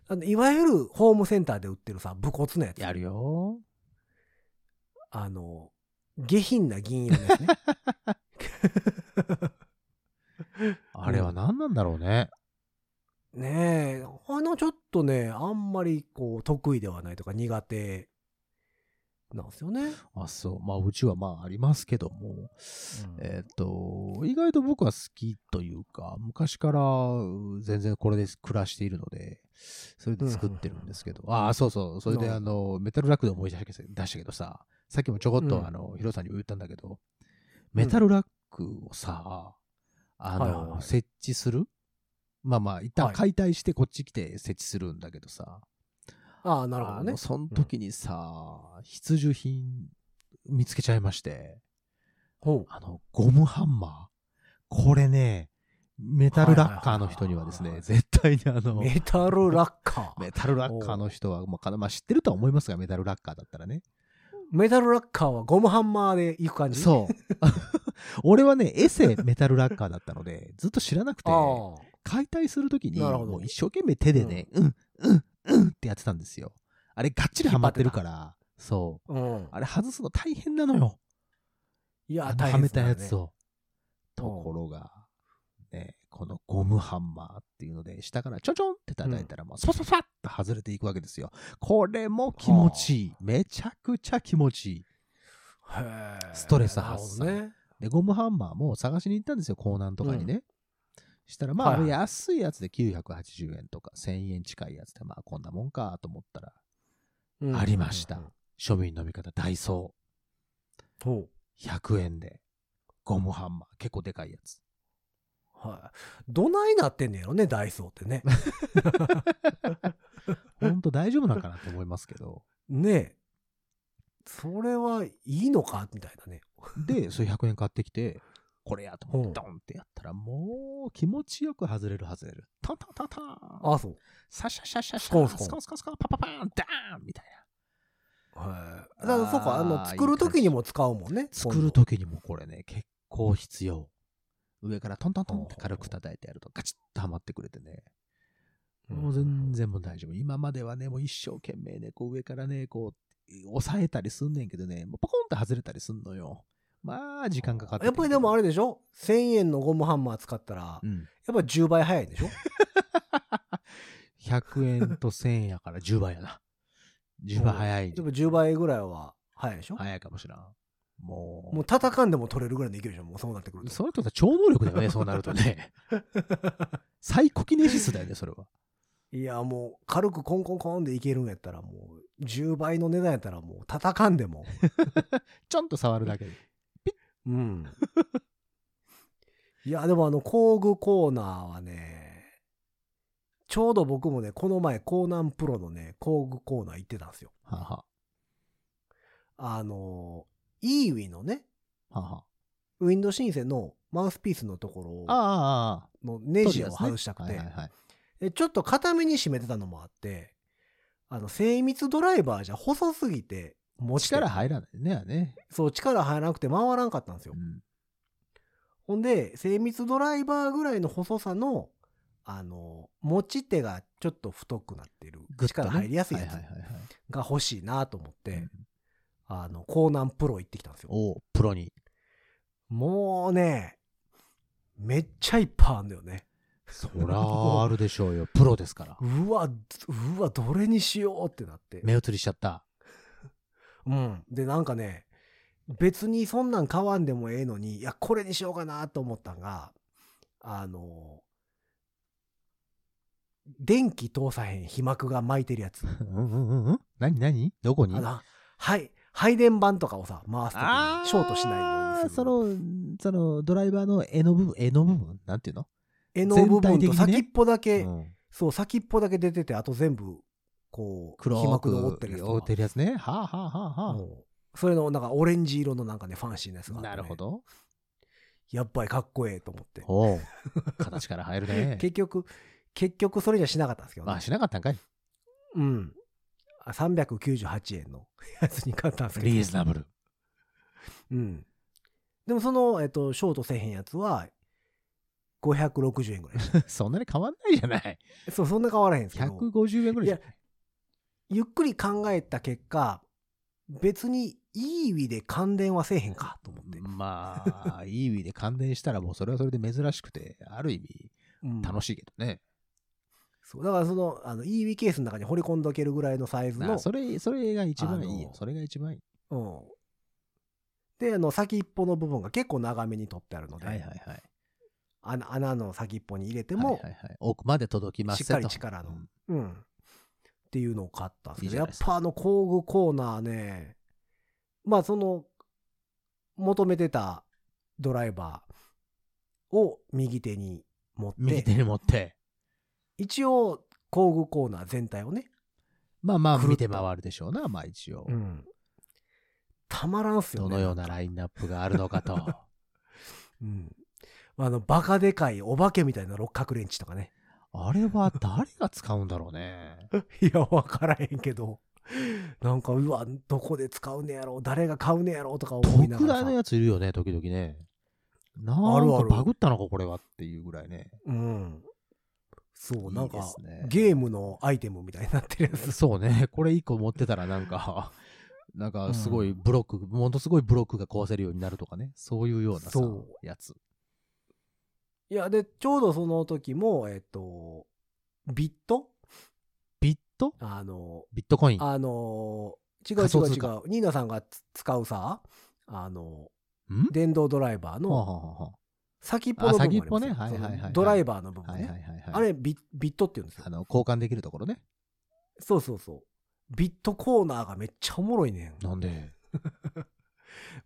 Speaker 2: あのいわゆるホームセンターで売ってるさ、武骨なやつ。
Speaker 3: やるよ。
Speaker 2: あの、下品な銀色の やつね。
Speaker 3: あれは何なんだろうね。
Speaker 2: ねえ、あのちょっとね、あんまりこう、得意ではないとか苦手なんですよね。
Speaker 3: あ、そう。まあ、うちはまあありますけども。えーっと、意外と僕は好きというか、昔からう全然これで暮らしているので、それで作ってるんですけど、ああ、そうそう、それで
Speaker 2: な
Speaker 3: あ
Speaker 2: る
Speaker 3: の、メタルラックで思い出したけど出したけどさ、さっきもちょこっ
Speaker 2: う
Speaker 3: と
Speaker 2: ん
Speaker 3: あの、ヒロさんにも言ったんだけど、メタルラックをさ、
Speaker 2: は
Speaker 3: あ
Speaker 2: いはいは
Speaker 3: の、
Speaker 2: い
Speaker 3: 設置するまあまあ、一旦
Speaker 2: はい
Speaker 3: 解体してこっち来て設置するんだけどさ、
Speaker 2: ああ、なるほど
Speaker 3: あ
Speaker 2: ね
Speaker 3: の。その時にさ、必需品見つけちゃいまして、
Speaker 2: ほう
Speaker 3: あの、ゴムハンマー。これね、メタルラッカーの人にはです
Speaker 2: はい
Speaker 3: ね、
Speaker 2: はい
Speaker 3: 絶対にあの、
Speaker 2: メタルラッカ ー。
Speaker 3: メタルラッカーの人は、まあかな、まあ知ってるとは思いますが、メタルラッカーだったらね。
Speaker 2: メタルラッカーはゴムハンマーで行く感じ
Speaker 3: そう。 俺はね、エセメタルラッカーだったので、ずっと知らなくて、
Speaker 2: ああ。
Speaker 3: 解体するときに、
Speaker 2: なるほど
Speaker 3: もう一生懸命手でね、うん、うん、うんってやってたんですよ。あれ、がっちりハマってるから、そう。
Speaker 2: うん。
Speaker 3: あれ外すの大変なのよ。
Speaker 2: いや、
Speaker 3: あの
Speaker 2: 大
Speaker 3: は
Speaker 2: 変で
Speaker 3: め
Speaker 2: す
Speaker 3: た
Speaker 2: ね
Speaker 3: やつ。を。ところが、ね、このゴムハンマーっていうので、下からちょんちょんって叩いたら、もう、スパスパスパッと外れていくわけですよ。これも気持ちいい。めちゃくちゃ気持ちいい。
Speaker 2: へえ
Speaker 3: ストレス発
Speaker 2: な
Speaker 3: 散
Speaker 2: るほどね。
Speaker 3: で、ゴムハンマーも探しに行ったんですよ、港南とかにね。したら、まあ、
Speaker 2: はいはい
Speaker 3: 安いやつで980円とか、1000円近いやつで、まあ、こんなもんかと思ったら、
Speaker 2: うん
Speaker 3: ありました。庶民の味方、ダイソ
Speaker 2: ほ
Speaker 3: ー。100円で。ゴムハンマー。結構でかいや つ。
Speaker 2: う。はい。どないなってんねやろね、ダイソーって ね。
Speaker 3: ほんと大丈夫なんかなって思いますけど。
Speaker 2: ねえ。それはいいのかみたいなね。
Speaker 3: で、それ100円買ってきて、これやと思っ
Speaker 2: うん
Speaker 3: て、ドンってやったら、もう気持ちよく外れる外れる。タンタンタンタン
Speaker 2: あ、そう。
Speaker 3: サシャシャシャシャ
Speaker 2: スコンスコン
Speaker 3: スコンスコンスコンパパパーンダーンみたいな。
Speaker 2: はい。だ
Speaker 3: あ
Speaker 2: か
Speaker 3: ー
Speaker 2: らそうか、あの、作る時にも使うもんね。
Speaker 3: 作る
Speaker 2: と
Speaker 3: 時にもこれね、結構必要。上からトントントンって軽く叩いてやるとガチッとはまってくれてね。もう全然もう大丈夫。今まではね、もう一生懸命ね、こう上からね、こう、押さえたりすんねんけどね、もうポコンって外れたりすんのよ。まあ、時間かかって
Speaker 2: やっぱりでもあ
Speaker 3: れ、
Speaker 2: れでしょ ?1000 円のゴムハンマー使ったら、
Speaker 3: うん。
Speaker 2: やっぱ10倍早いんでしょ
Speaker 3: 100円と1000円やから10倍やな。10倍早い。
Speaker 2: やっぱ10倍ぐらいは早いでしょ
Speaker 3: 早いかもしらん。もう、
Speaker 2: もう叩かんでも取れるぐらいでいけるでしょもうそうなってくると。
Speaker 3: それとさ、超能力だよね、そうなると ね。サイコキネシスだよね、それは。
Speaker 2: いや、もう軽くコンコンコンでいけるんやったら、もう10倍の値段やったらもう叩かんでも。
Speaker 3: ちょんと触るだけで。
Speaker 2: うん。いや、でもあの工具コーナーはね、ちょうど僕もね、この前、コーナンプロのね、工具コーナー行ってたんですよ。
Speaker 3: はは。
Speaker 2: あの、イーウィのね、
Speaker 3: はは。
Speaker 2: ウィンドシンセのマウスピースのところ
Speaker 3: ああ、
Speaker 2: のネジを外したく
Speaker 3: はい
Speaker 2: て
Speaker 3: はい、はい。
Speaker 2: でちょっと固めに締めてたのもあって、あの、精密ドライバーじゃ細すぎて、持ち手
Speaker 3: 力入らないね、あれね。
Speaker 2: そう、力入らなくて回らんかったんですよ
Speaker 3: う。ん。
Speaker 2: ほんで、精密ドライバーぐらいの細さの、あの、持ち手がちょっと太くなってる、
Speaker 3: グッとね
Speaker 2: 力入りやすいやつ
Speaker 3: はいはいはいはい
Speaker 2: が欲しいなと思って、
Speaker 3: うん
Speaker 2: あの、コーナンプロ行ってきたんですよ。
Speaker 3: おうプロに。
Speaker 2: もうね、めっちゃいっぱいあんだよね。
Speaker 3: そら、 あるでしょうよ。プロですから。
Speaker 2: うわ、うわ、どれにしようってなって。
Speaker 3: 目移りしちゃった。
Speaker 2: うん。で、なんかね、別にそんなん買わんでもええのに、いや、これにしようかなと思ったんが、あの、電気通さへん被膜が巻いてるやつ。
Speaker 3: うんうんうんうん。何何どこに
Speaker 2: あの、はい、配電盤とかをさ、回すとき
Speaker 3: あ
Speaker 2: にショートしないようにす
Speaker 3: そ
Speaker 2: る。
Speaker 3: の、その、ドライバーの絵の部分、絵の部分なんていうの
Speaker 2: 柄の部分
Speaker 3: 全体的
Speaker 2: と
Speaker 3: にね
Speaker 2: 先っぽだ
Speaker 3: う
Speaker 2: け、
Speaker 3: ん
Speaker 2: そう、先っぽだけ出てて、あと全部、こう、
Speaker 3: 黒
Speaker 2: 被膜
Speaker 3: く
Speaker 2: の覆ってるやつとか
Speaker 3: 覆ってるやつね。はあはあはあは
Speaker 2: うんそれの、なんかオレンジ色のなんかね、ファンシーなやつが
Speaker 3: あ。
Speaker 2: あってね、
Speaker 3: なるほど。
Speaker 2: やっぱりかっこええと思って。
Speaker 3: おう形から入る ね。
Speaker 2: 結局、結局それじゃしなかったんですけどね。
Speaker 3: まあしなかったんかい。
Speaker 2: うん。あ398円の やつに買ったんですけど。
Speaker 3: リーズナブル。
Speaker 2: うん。でもその、えっと、ショートせえへんやつは、560円ぐらいでし
Speaker 3: そんなに変わんないじ ゃない。
Speaker 2: た。そう、そんな変わらへんですけど。
Speaker 3: 150円ぐらいじゃない
Speaker 2: ゆっくり考えた結果、別にいい意味で感電はせえへんかと思って。
Speaker 3: まあ、いい意味で感電したらもうそれはそれで珍しくて、ある意味
Speaker 2: うん
Speaker 3: 楽しいけどね。
Speaker 2: そう。だからその、あの、いい意味ケースの中に掘り込んどけるぐらいのサイズ
Speaker 3: なあ
Speaker 2: の。
Speaker 3: それ、それが一番いい
Speaker 2: あ
Speaker 3: よ。
Speaker 2: の
Speaker 3: それが一番いい。
Speaker 2: うん。で、あの、先っぽの部分が結構長めに取ってあるので、
Speaker 3: はいはいはい。
Speaker 2: 穴穴の先っぽに入れて
Speaker 3: で
Speaker 2: も、
Speaker 3: はいはいはい、奥まで届きます
Speaker 2: しっ
Speaker 3: せ
Speaker 2: かり
Speaker 3: と
Speaker 2: 力の
Speaker 3: うん
Speaker 2: うん。っていうのを買ったんですけ
Speaker 3: いい
Speaker 2: ど、
Speaker 3: じゃ
Speaker 2: や
Speaker 3: な
Speaker 2: っ
Speaker 3: いですか
Speaker 2: ぱあの工具コーナーね、まあその、求めてたドライバーを右手に持っ
Speaker 3: 右手
Speaker 2: て、
Speaker 3: に持って。
Speaker 2: 一応工具コーナー全体をね、
Speaker 3: まあまあ
Speaker 2: くるっと
Speaker 3: 見て回るでしょうな、まあ一応。
Speaker 2: うんたまらんっすよ
Speaker 3: ど
Speaker 2: ね。
Speaker 3: のようなラインナップがあるの かと。
Speaker 2: うん。あの、バカでかいお化けみたいな六角レンチとかね。
Speaker 3: あれは誰が使うんだろうね。
Speaker 2: いや、わからへんけど。なんか、うわ、どこで使うねやろう、誰が買うねやろうとか思いな
Speaker 3: 特
Speaker 2: がら
Speaker 3: 大
Speaker 2: さ。
Speaker 3: のやついるよね、時々ね。なん
Speaker 2: あるあ
Speaker 3: か
Speaker 2: る
Speaker 3: バグったのか、これはっていうぐら いね。
Speaker 2: うん。そう、なんか
Speaker 3: いいですね
Speaker 2: ゲームのアイテムみたいになってるやつ。
Speaker 3: そうね、これ一個持ってたらなんか、 なんかすごいブロック、ものすごいブロックが壊せるようになるとかね、そういうようなさ
Speaker 2: そ、
Speaker 3: やつ。
Speaker 2: いや、で、ちょうどその時も、えっと、ビット
Speaker 3: ビット
Speaker 2: あの、
Speaker 3: ビットコイン。
Speaker 2: あの、違う違
Speaker 3: 仮想
Speaker 2: う違
Speaker 3: 通貨
Speaker 2: う。ニーナさんがつ使うさ、あの、
Speaker 3: ん
Speaker 2: 電動ドライバー
Speaker 3: はあは
Speaker 2: の
Speaker 3: あは
Speaker 2: 先っぽの部分
Speaker 3: あ先っぽね
Speaker 2: ありますよ
Speaker 3: はいはいはい
Speaker 2: そのドライバーの部
Speaker 3: あ
Speaker 2: 分
Speaker 3: はいはいはい
Speaker 2: ね。
Speaker 3: はい。
Speaker 2: あれビ、ビットって言うんですよ
Speaker 3: あ。の、交換できるところね。
Speaker 2: そうそうそう。ビットコーナーがめっちゃおもろいねん。
Speaker 3: なんで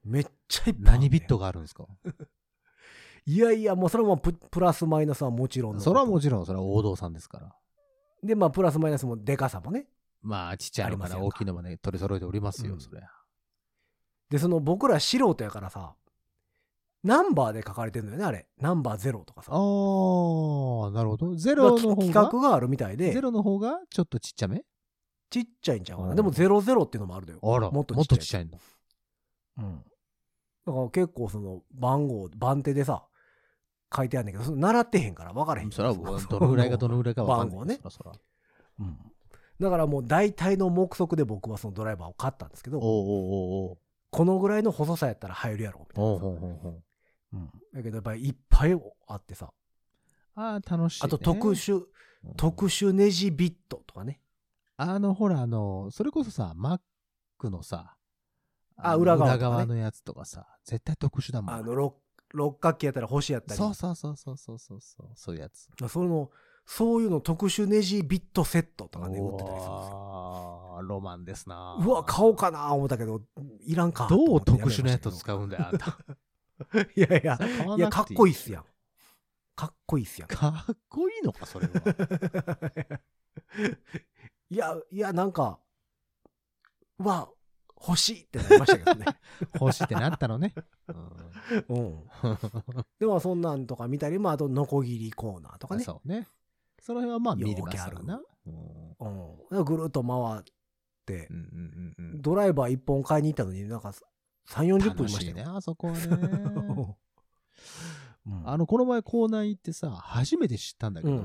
Speaker 2: めっちゃいっぱいあんねん。
Speaker 3: 何ビットがあるんですか
Speaker 2: いやいや、もうそれはもうププラスマイナスはもちろんのこと
Speaker 3: それはもちろん、それは王道さんですから。
Speaker 2: で、まあ、プラスマイナスもでかさもね。
Speaker 3: まあ、ちっちゃいのか
Speaker 2: あ
Speaker 3: ら
Speaker 2: りま
Speaker 3: 大
Speaker 2: すよ
Speaker 3: きいのまで取り揃えております
Speaker 2: う
Speaker 3: よ、
Speaker 2: ん
Speaker 3: それ。
Speaker 2: で、その僕ら素人やからさ、ナンバーで書かれてるのよね、あれ。ナンバーゼロとかさ。
Speaker 3: あ
Speaker 2: だ
Speaker 3: ー、なるほど。ゼ
Speaker 2: から
Speaker 3: ロの方
Speaker 2: 企
Speaker 3: が
Speaker 2: 画、があるみたいで
Speaker 3: ゼ、ロの方がちょっとちっちゃめ
Speaker 2: ちっちゃいんちゃうか
Speaker 3: う
Speaker 2: な。
Speaker 3: ん
Speaker 2: でも、ゼロゼロっていうのもあるのよ。
Speaker 3: あら、
Speaker 2: も
Speaker 3: も
Speaker 2: っ
Speaker 3: っ
Speaker 2: と
Speaker 3: と
Speaker 2: ちっちゃい
Speaker 3: ちっちゃいんだ。
Speaker 2: うん。だから結構その番号、番手でさ、書いてあるんだけど、その習ってへんから分からへん。
Speaker 3: そ ら、どのぐらいがどのぐらいかわかんないです。
Speaker 2: 番
Speaker 3: そらそら
Speaker 2: うんだからもう大体の目測で僕はそのドライバーを買ったんですけど、
Speaker 3: おうおう
Speaker 2: このぐらいの細さやったら入るやろ、みたい
Speaker 3: おうおう
Speaker 2: な
Speaker 3: お
Speaker 2: さ。
Speaker 3: うおうおう
Speaker 2: うんだけどやっぱりいっぱいあってさ、
Speaker 3: ああ、楽しい、ね。
Speaker 2: あと特殊、
Speaker 3: うん、
Speaker 2: 特殊ネジビットとかね。
Speaker 3: あの、ほら、あの、それこそさ、Mac のさ、
Speaker 2: あ
Speaker 3: あの
Speaker 2: 裏側とかね
Speaker 3: のやつとかさ、絶対特殊だもん。
Speaker 2: あの六六角形やったら星やったり
Speaker 3: そうそうそうそうそうそうそう、そういうやつ。
Speaker 2: そのそういうの特殊ネジビットセットとかね売ってたりするんですよ
Speaker 3: ああ、ロマンですな。
Speaker 2: うわ買おう。かな思ったけどいらんか
Speaker 3: どう特殊なやつを
Speaker 2: う
Speaker 3: 使うんだよ、あんた。
Speaker 2: いやいやいやかっこいいっすやんかっこいいっすやん
Speaker 3: ん。かっこいいのか、それは。
Speaker 2: いやいやなんかうわ欲しいってなりましたけどね、
Speaker 3: 欲しいってなったのね。うん
Speaker 2: うん、でもそんなんとか見たり、まあ、あとノコギリコーナーとかね
Speaker 3: そうね。その辺はまあ見れますからな
Speaker 2: よ。
Speaker 3: うん
Speaker 2: うん、ぐるっと回って
Speaker 3: うんうんうんうん
Speaker 2: ドライバー1本買いに行ったのになんか3 4 0分いま
Speaker 3: 楽
Speaker 2: し
Speaker 3: し
Speaker 2: た
Speaker 3: いね、
Speaker 2: よ、
Speaker 3: あそこはね。
Speaker 2: うん
Speaker 3: あの、この前、校内行ってさ、初めて知ったんだけど、
Speaker 2: う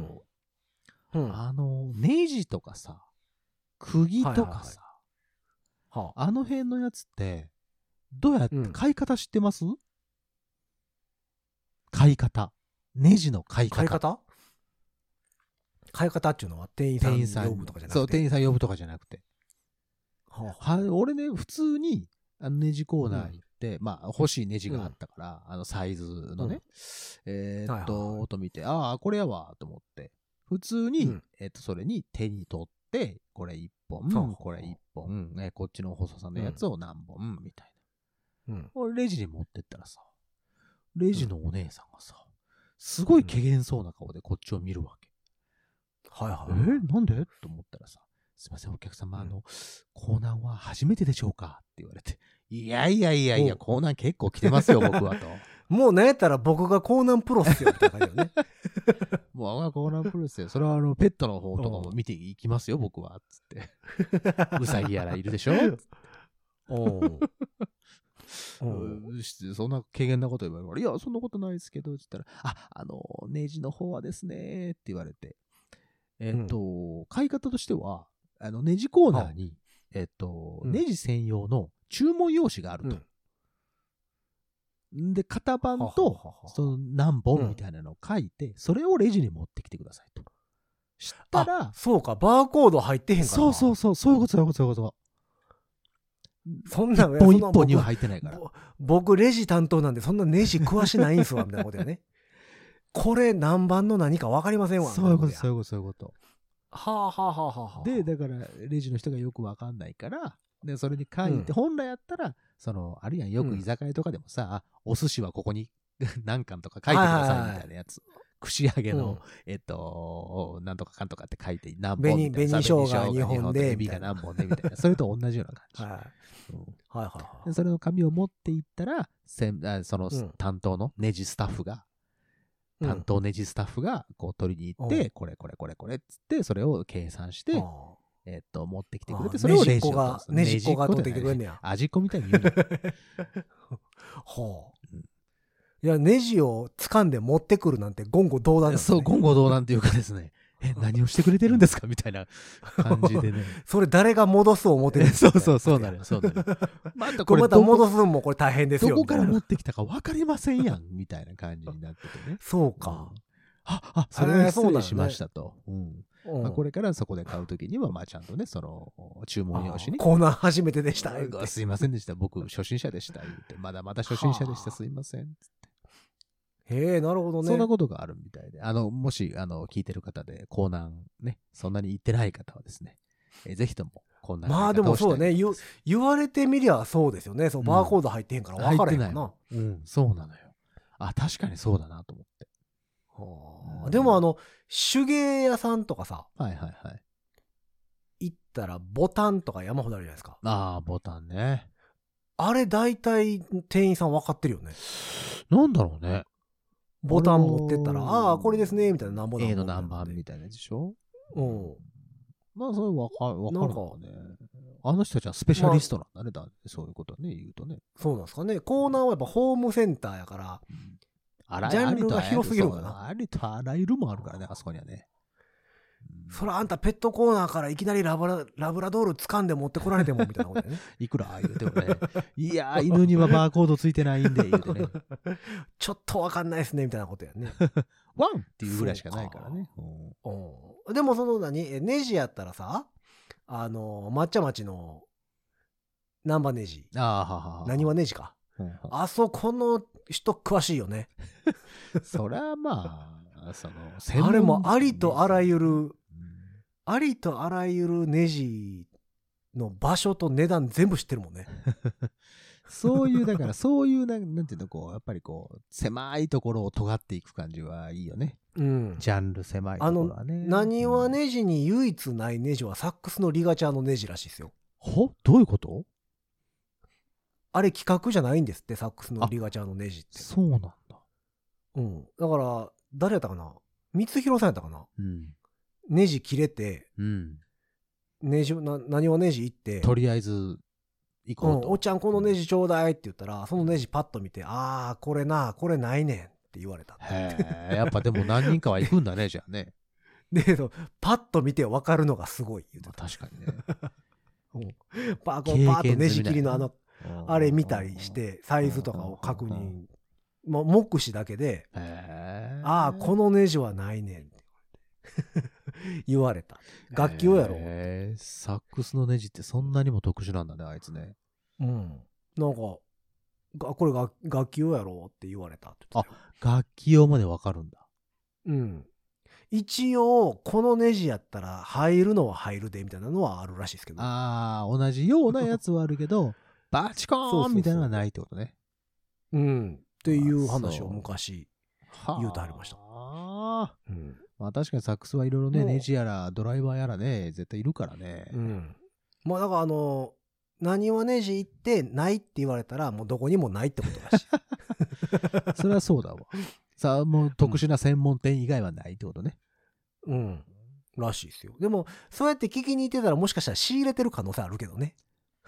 Speaker 2: んうんは
Speaker 3: あの、ネジとかさ、釘と
Speaker 2: はいは
Speaker 3: かさ、
Speaker 2: いはいあ
Speaker 3: あの辺のやつって、どうやって
Speaker 2: うん、
Speaker 3: 買い方知ってます、買い方。ネジの買い方。
Speaker 2: 買い方買い方っていうのは店員さ
Speaker 3: 店員さん
Speaker 2: ん
Speaker 3: に
Speaker 2: 呼ぶとかじゃなくて
Speaker 3: そう、店員さん呼ぶとかじゃなくて。
Speaker 2: はあ
Speaker 3: は俺ね、普通に、あのネジコーナー行って、まあ、欲しいネジがあったから、あの、サイズのね、えー
Speaker 2: はい
Speaker 3: っ
Speaker 2: はいは
Speaker 3: と、と見て、ああ、これやわ、と思って、普通に、
Speaker 2: うん
Speaker 3: えーっと、それに手に取って、これ1
Speaker 2: ほ
Speaker 3: 本、
Speaker 2: うほう
Speaker 3: これ1本、ね、こっちの細さのやつを何本、みたいな。
Speaker 2: うん
Speaker 3: 俺、レジに持ってったらさ、レジのお姉さんがさ、すごい怪げそうな顔でこっちを見るわけ。
Speaker 2: はいは
Speaker 3: え
Speaker 2: い
Speaker 3: ーなんでと思ったらさ、すいません、お客様、
Speaker 2: うん
Speaker 3: あの、コーナーは初めてでしょうかって言われて、いやいやいやいや、
Speaker 2: おう
Speaker 3: コーナー結構来てますよ、僕はと。
Speaker 2: もうなんやったら僕が江南プロっすよみたいな感 じだよね
Speaker 3: もう、あコーナープロレスよ。それは、あの、ペットの方とか
Speaker 2: お
Speaker 3: も
Speaker 2: う
Speaker 3: 見ていきますよ、僕は。つって。うさぎやらいるでしょ
Speaker 2: おうおう
Speaker 3: うんしそんな軽減なこと言われるから、いや、そんなことないですけど、って言ったら、あ、あの、ネジの方はですね、って言われて、えっ、と、買い方としては、あの、ネジコーナーに、えっ、と、
Speaker 2: うん
Speaker 3: ネジ専用の注文用紙があると。で、型番と、その何本みたいなのを書いて、それをレジに持ってきてくださいと。した
Speaker 2: あ
Speaker 3: ら、
Speaker 2: そうかバーコード入ってへんから
Speaker 3: そうそううそう、そういうこと、そういうこと、そういうこと。
Speaker 2: そん
Speaker 3: 一
Speaker 2: なんね
Speaker 3: 本
Speaker 2: そん
Speaker 3: 一
Speaker 2: なん
Speaker 3: 本には
Speaker 2: 僕
Speaker 3: 入ってないから。
Speaker 2: ぼ僕レジ担当なんでそんなネジ詳しないんすわみたいなことや ねこれ何番の何か分かりませんわ
Speaker 3: そういうこと、そう
Speaker 2: う
Speaker 3: いうこと、そういうこと。
Speaker 2: はあはあはあはあはあ
Speaker 3: で、だから、レジの人がよくわかんないから、で、それに書いて、
Speaker 2: うん
Speaker 3: 本来やったら、その、あるいはよく居酒屋とかでもさ、お寿司はここに 何巻とか書いてくださいみたいなやつ。串揚げの、
Speaker 2: うん
Speaker 3: えっと、なんとかかんとかって書いて、何本
Speaker 2: 紅
Speaker 3: みたいなさ
Speaker 2: 紅生姜
Speaker 3: 紅
Speaker 2: 二本で
Speaker 3: エビが何本でみたいな。それと同じような
Speaker 2: はい、
Speaker 3: 感
Speaker 2: はい
Speaker 3: じ。うん
Speaker 2: はいはい
Speaker 3: でそれの紙を持っていったら、せんあその
Speaker 2: うん
Speaker 3: 担当のネジスタッフが、
Speaker 2: うん
Speaker 3: 担当ネジスタッフがこう取りに行っ
Speaker 2: お
Speaker 3: て、
Speaker 2: う
Speaker 3: これこれこれこれっつって、それを計算して、
Speaker 2: ああ
Speaker 3: えっと、持ってきてく
Speaker 2: あ
Speaker 3: れて、
Speaker 2: あ
Speaker 3: それを
Speaker 2: ねじ
Speaker 3: レジ
Speaker 2: っこ
Speaker 3: を
Speaker 2: が
Speaker 3: 通す
Speaker 2: ねじっこが取ってきてくれんね
Speaker 3: ね
Speaker 2: や
Speaker 3: 味っこみたいに言うな
Speaker 2: ほう
Speaker 3: うん
Speaker 2: いやネジを掴んで持ってくるなんて言語道断なんです
Speaker 3: そう、
Speaker 2: ね
Speaker 3: 言語道断というかです ね、え、何をしてくれてるんですかみたいな感じでね。
Speaker 2: それ誰が戻す思ってるんです
Speaker 3: そうそう、
Speaker 2: う
Speaker 3: そうなる、そうなる。また
Speaker 2: こ
Speaker 3: こ
Speaker 2: れ
Speaker 3: れ
Speaker 2: また
Speaker 3: どこ、
Speaker 2: 戻すのもこれ大変です
Speaker 3: ど
Speaker 2: よ
Speaker 3: こから
Speaker 2: みたい
Speaker 3: 持
Speaker 2: な。
Speaker 3: ってきたか分かりませんやん、みたいな感じになっててね
Speaker 2: そうか
Speaker 3: うん、あ、あ、それは
Speaker 2: えーそうなの
Speaker 3: 失礼
Speaker 2: ね
Speaker 3: しましたと。うん
Speaker 2: うん
Speaker 3: まあ、これからそこで買うときには、まあ、ちゃんとね、その、注文用紙に
Speaker 2: ああコーナー初めてでした
Speaker 3: うわすいませんでした。僕、初心者でした。言って、まだまだ初心者でした。
Speaker 2: はあ
Speaker 3: すいません。
Speaker 2: へえなるほどね
Speaker 3: そんなことがあるみたいで、あの、もし、あの、聞いてる方で、コーナーね、そんなに行ってない方はですね、えーぜひとも、コーナー
Speaker 2: まあでもそうだね言う言われてみりゃそうですよねそのバーコード入ってへんから分からへんかな、
Speaker 3: 入うん、そうなのよ。あ、確かにそうだなと思って。
Speaker 2: は
Speaker 3: う
Speaker 2: あ
Speaker 3: ん
Speaker 2: でもあの手芸屋さんとかさ
Speaker 3: はいはいはい。
Speaker 2: 行ったらボタンとか山ほどあるじゃないですか
Speaker 3: ああ、ボタンね。
Speaker 2: あれ大体店員さん分かってるよね
Speaker 3: なんだろうね。
Speaker 2: ボタン持ってったら、
Speaker 3: あのー
Speaker 2: ああ、これですね、みたいな、なんぼ
Speaker 3: A の何番
Speaker 2: み
Speaker 3: み
Speaker 2: た
Speaker 3: たいなやつでしょ
Speaker 2: いな。うん。
Speaker 3: まあ、それわかわかるのかね。あの人たちはスペシャリストなんだね、だそういうことね、言うとね。
Speaker 2: そうなんですかね。コーナーはやっぱホームセンターやから、
Speaker 3: あら
Speaker 2: ジャンルが
Speaker 3: ありとあらゆ
Speaker 2: 広すぎるからな
Speaker 3: そうありとあらゆるもあるからね、あそこにはね。うん
Speaker 2: そらあんたペットコーナーからいきなりラブララブラドール掴んで持ってこられてもみたいなこと やね
Speaker 3: いくら言うてもね、いやー、犬にはバーコードついてないんで、言う てね、
Speaker 2: ちょっとわかんないですねみたいなことやね、
Speaker 3: ワンっていうぐらいしかないからね。うん
Speaker 2: うん、でもその何えネジやったらさあの抹茶町の難波ネジ
Speaker 3: ああ、ははは。
Speaker 2: 何はネジか
Speaker 3: うんうん
Speaker 2: あそこの人詳しいよね
Speaker 3: そりゃまあ、その、専門
Speaker 2: あれもありとあらゆる
Speaker 3: うん
Speaker 2: ありとあらゆるネジの場所と値段全部知ってるもんね。
Speaker 3: そういう、だから、そういうな、なんていうの、こう、やっぱりこう、狭いところを尖っていく感じはいいよね。
Speaker 2: うん。
Speaker 3: ジャンル狭いところはね。
Speaker 2: 何は
Speaker 3: うん、
Speaker 2: ネジに唯一ないネジはサックスのリガチャーのネジらしいですよ。
Speaker 3: ほどういうこと
Speaker 2: あれ企画じゃないんですって、サックスのリガチャーのネジって。
Speaker 3: そうなんだ。
Speaker 2: うん。だから、誰やったかな光弘さんやったかな
Speaker 3: うん。
Speaker 2: ネジ切れて、
Speaker 3: うん。
Speaker 2: ネジ、な、何はネジ行って、
Speaker 3: とりあえず、行
Speaker 2: う
Speaker 3: こ
Speaker 2: ん
Speaker 3: う、と。
Speaker 2: おっちゃんこのネジちょうだいって言ったら、そのネジパッと見て、あー、これな、これないねんって言われた。
Speaker 3: へえ、やっぱでも何人かは行くんだね、じゃあね。
Speaker 2: で、そうパッと見て分かるのがすごい言うて
Speaker 3: ま
Speaker 2: た
Speaker 3: あ、。確かにね。
Speaker 2: パーこうパーッとネジ切りのあの、
Speaker 3: うん
Speaker 2: あれ見たりし。て、サイズとかを確
Speaker 3: うんうん
Speaker 2: 認。まあ、目視だけで、
Speaker 3: へえ。
Speaker 2: ああ、このネジはないねんって言われた。楽器をやろう。
Speaker 3: へえサックスのネジってそんなにも特殊なんだね、あいつね。
Speaker 2: うん。なんか、がこれが楽器用やろうって言われたって言ってたよ
Speaker 3: 楽器用までわかるんだ。
Speaker 2: うん。一応、このネジやったら入るのは入るで、みたいなのはあるらしいですけど。
Speaker 3: ああ、同じようなやつはあるけど、 バチ
Speaker 2: そう
Speaker 3: コ
Speaker 2: そう
Speaker 3: ー
Speaker 2: そ
Speaker 3: ン
Speaker 2: う
Speaker 3: みたいなのはないってことね。
Speaker 2: うん。っていう話
Speaker 3: あ
Speaker 2: を
Speaker 3: そう
Speaker 2: 昔。
Speaker 3: は
Speaker 2: 言うてはりました
Speaker 3: あ
Speaker 2: うん。
Speaker 3: ーまあ確かにサックスはいろいろね、
Speaker 2: もう
Speaker 3: ネジやらドライバーやらね、絶対いるからね。
Speaker 2: うん。まあだからあの、何はネジ行ってないって言われたらもうどこにもないってこと だし。
Speaker 3: それはそう だわ。さあ、もう特殊な専門店以外はないってことね。
Speaker 2: うん。らしいですよ。でも、そうやって聞きに行ってたらもしかしたら仕入れてる可能性あるけどね。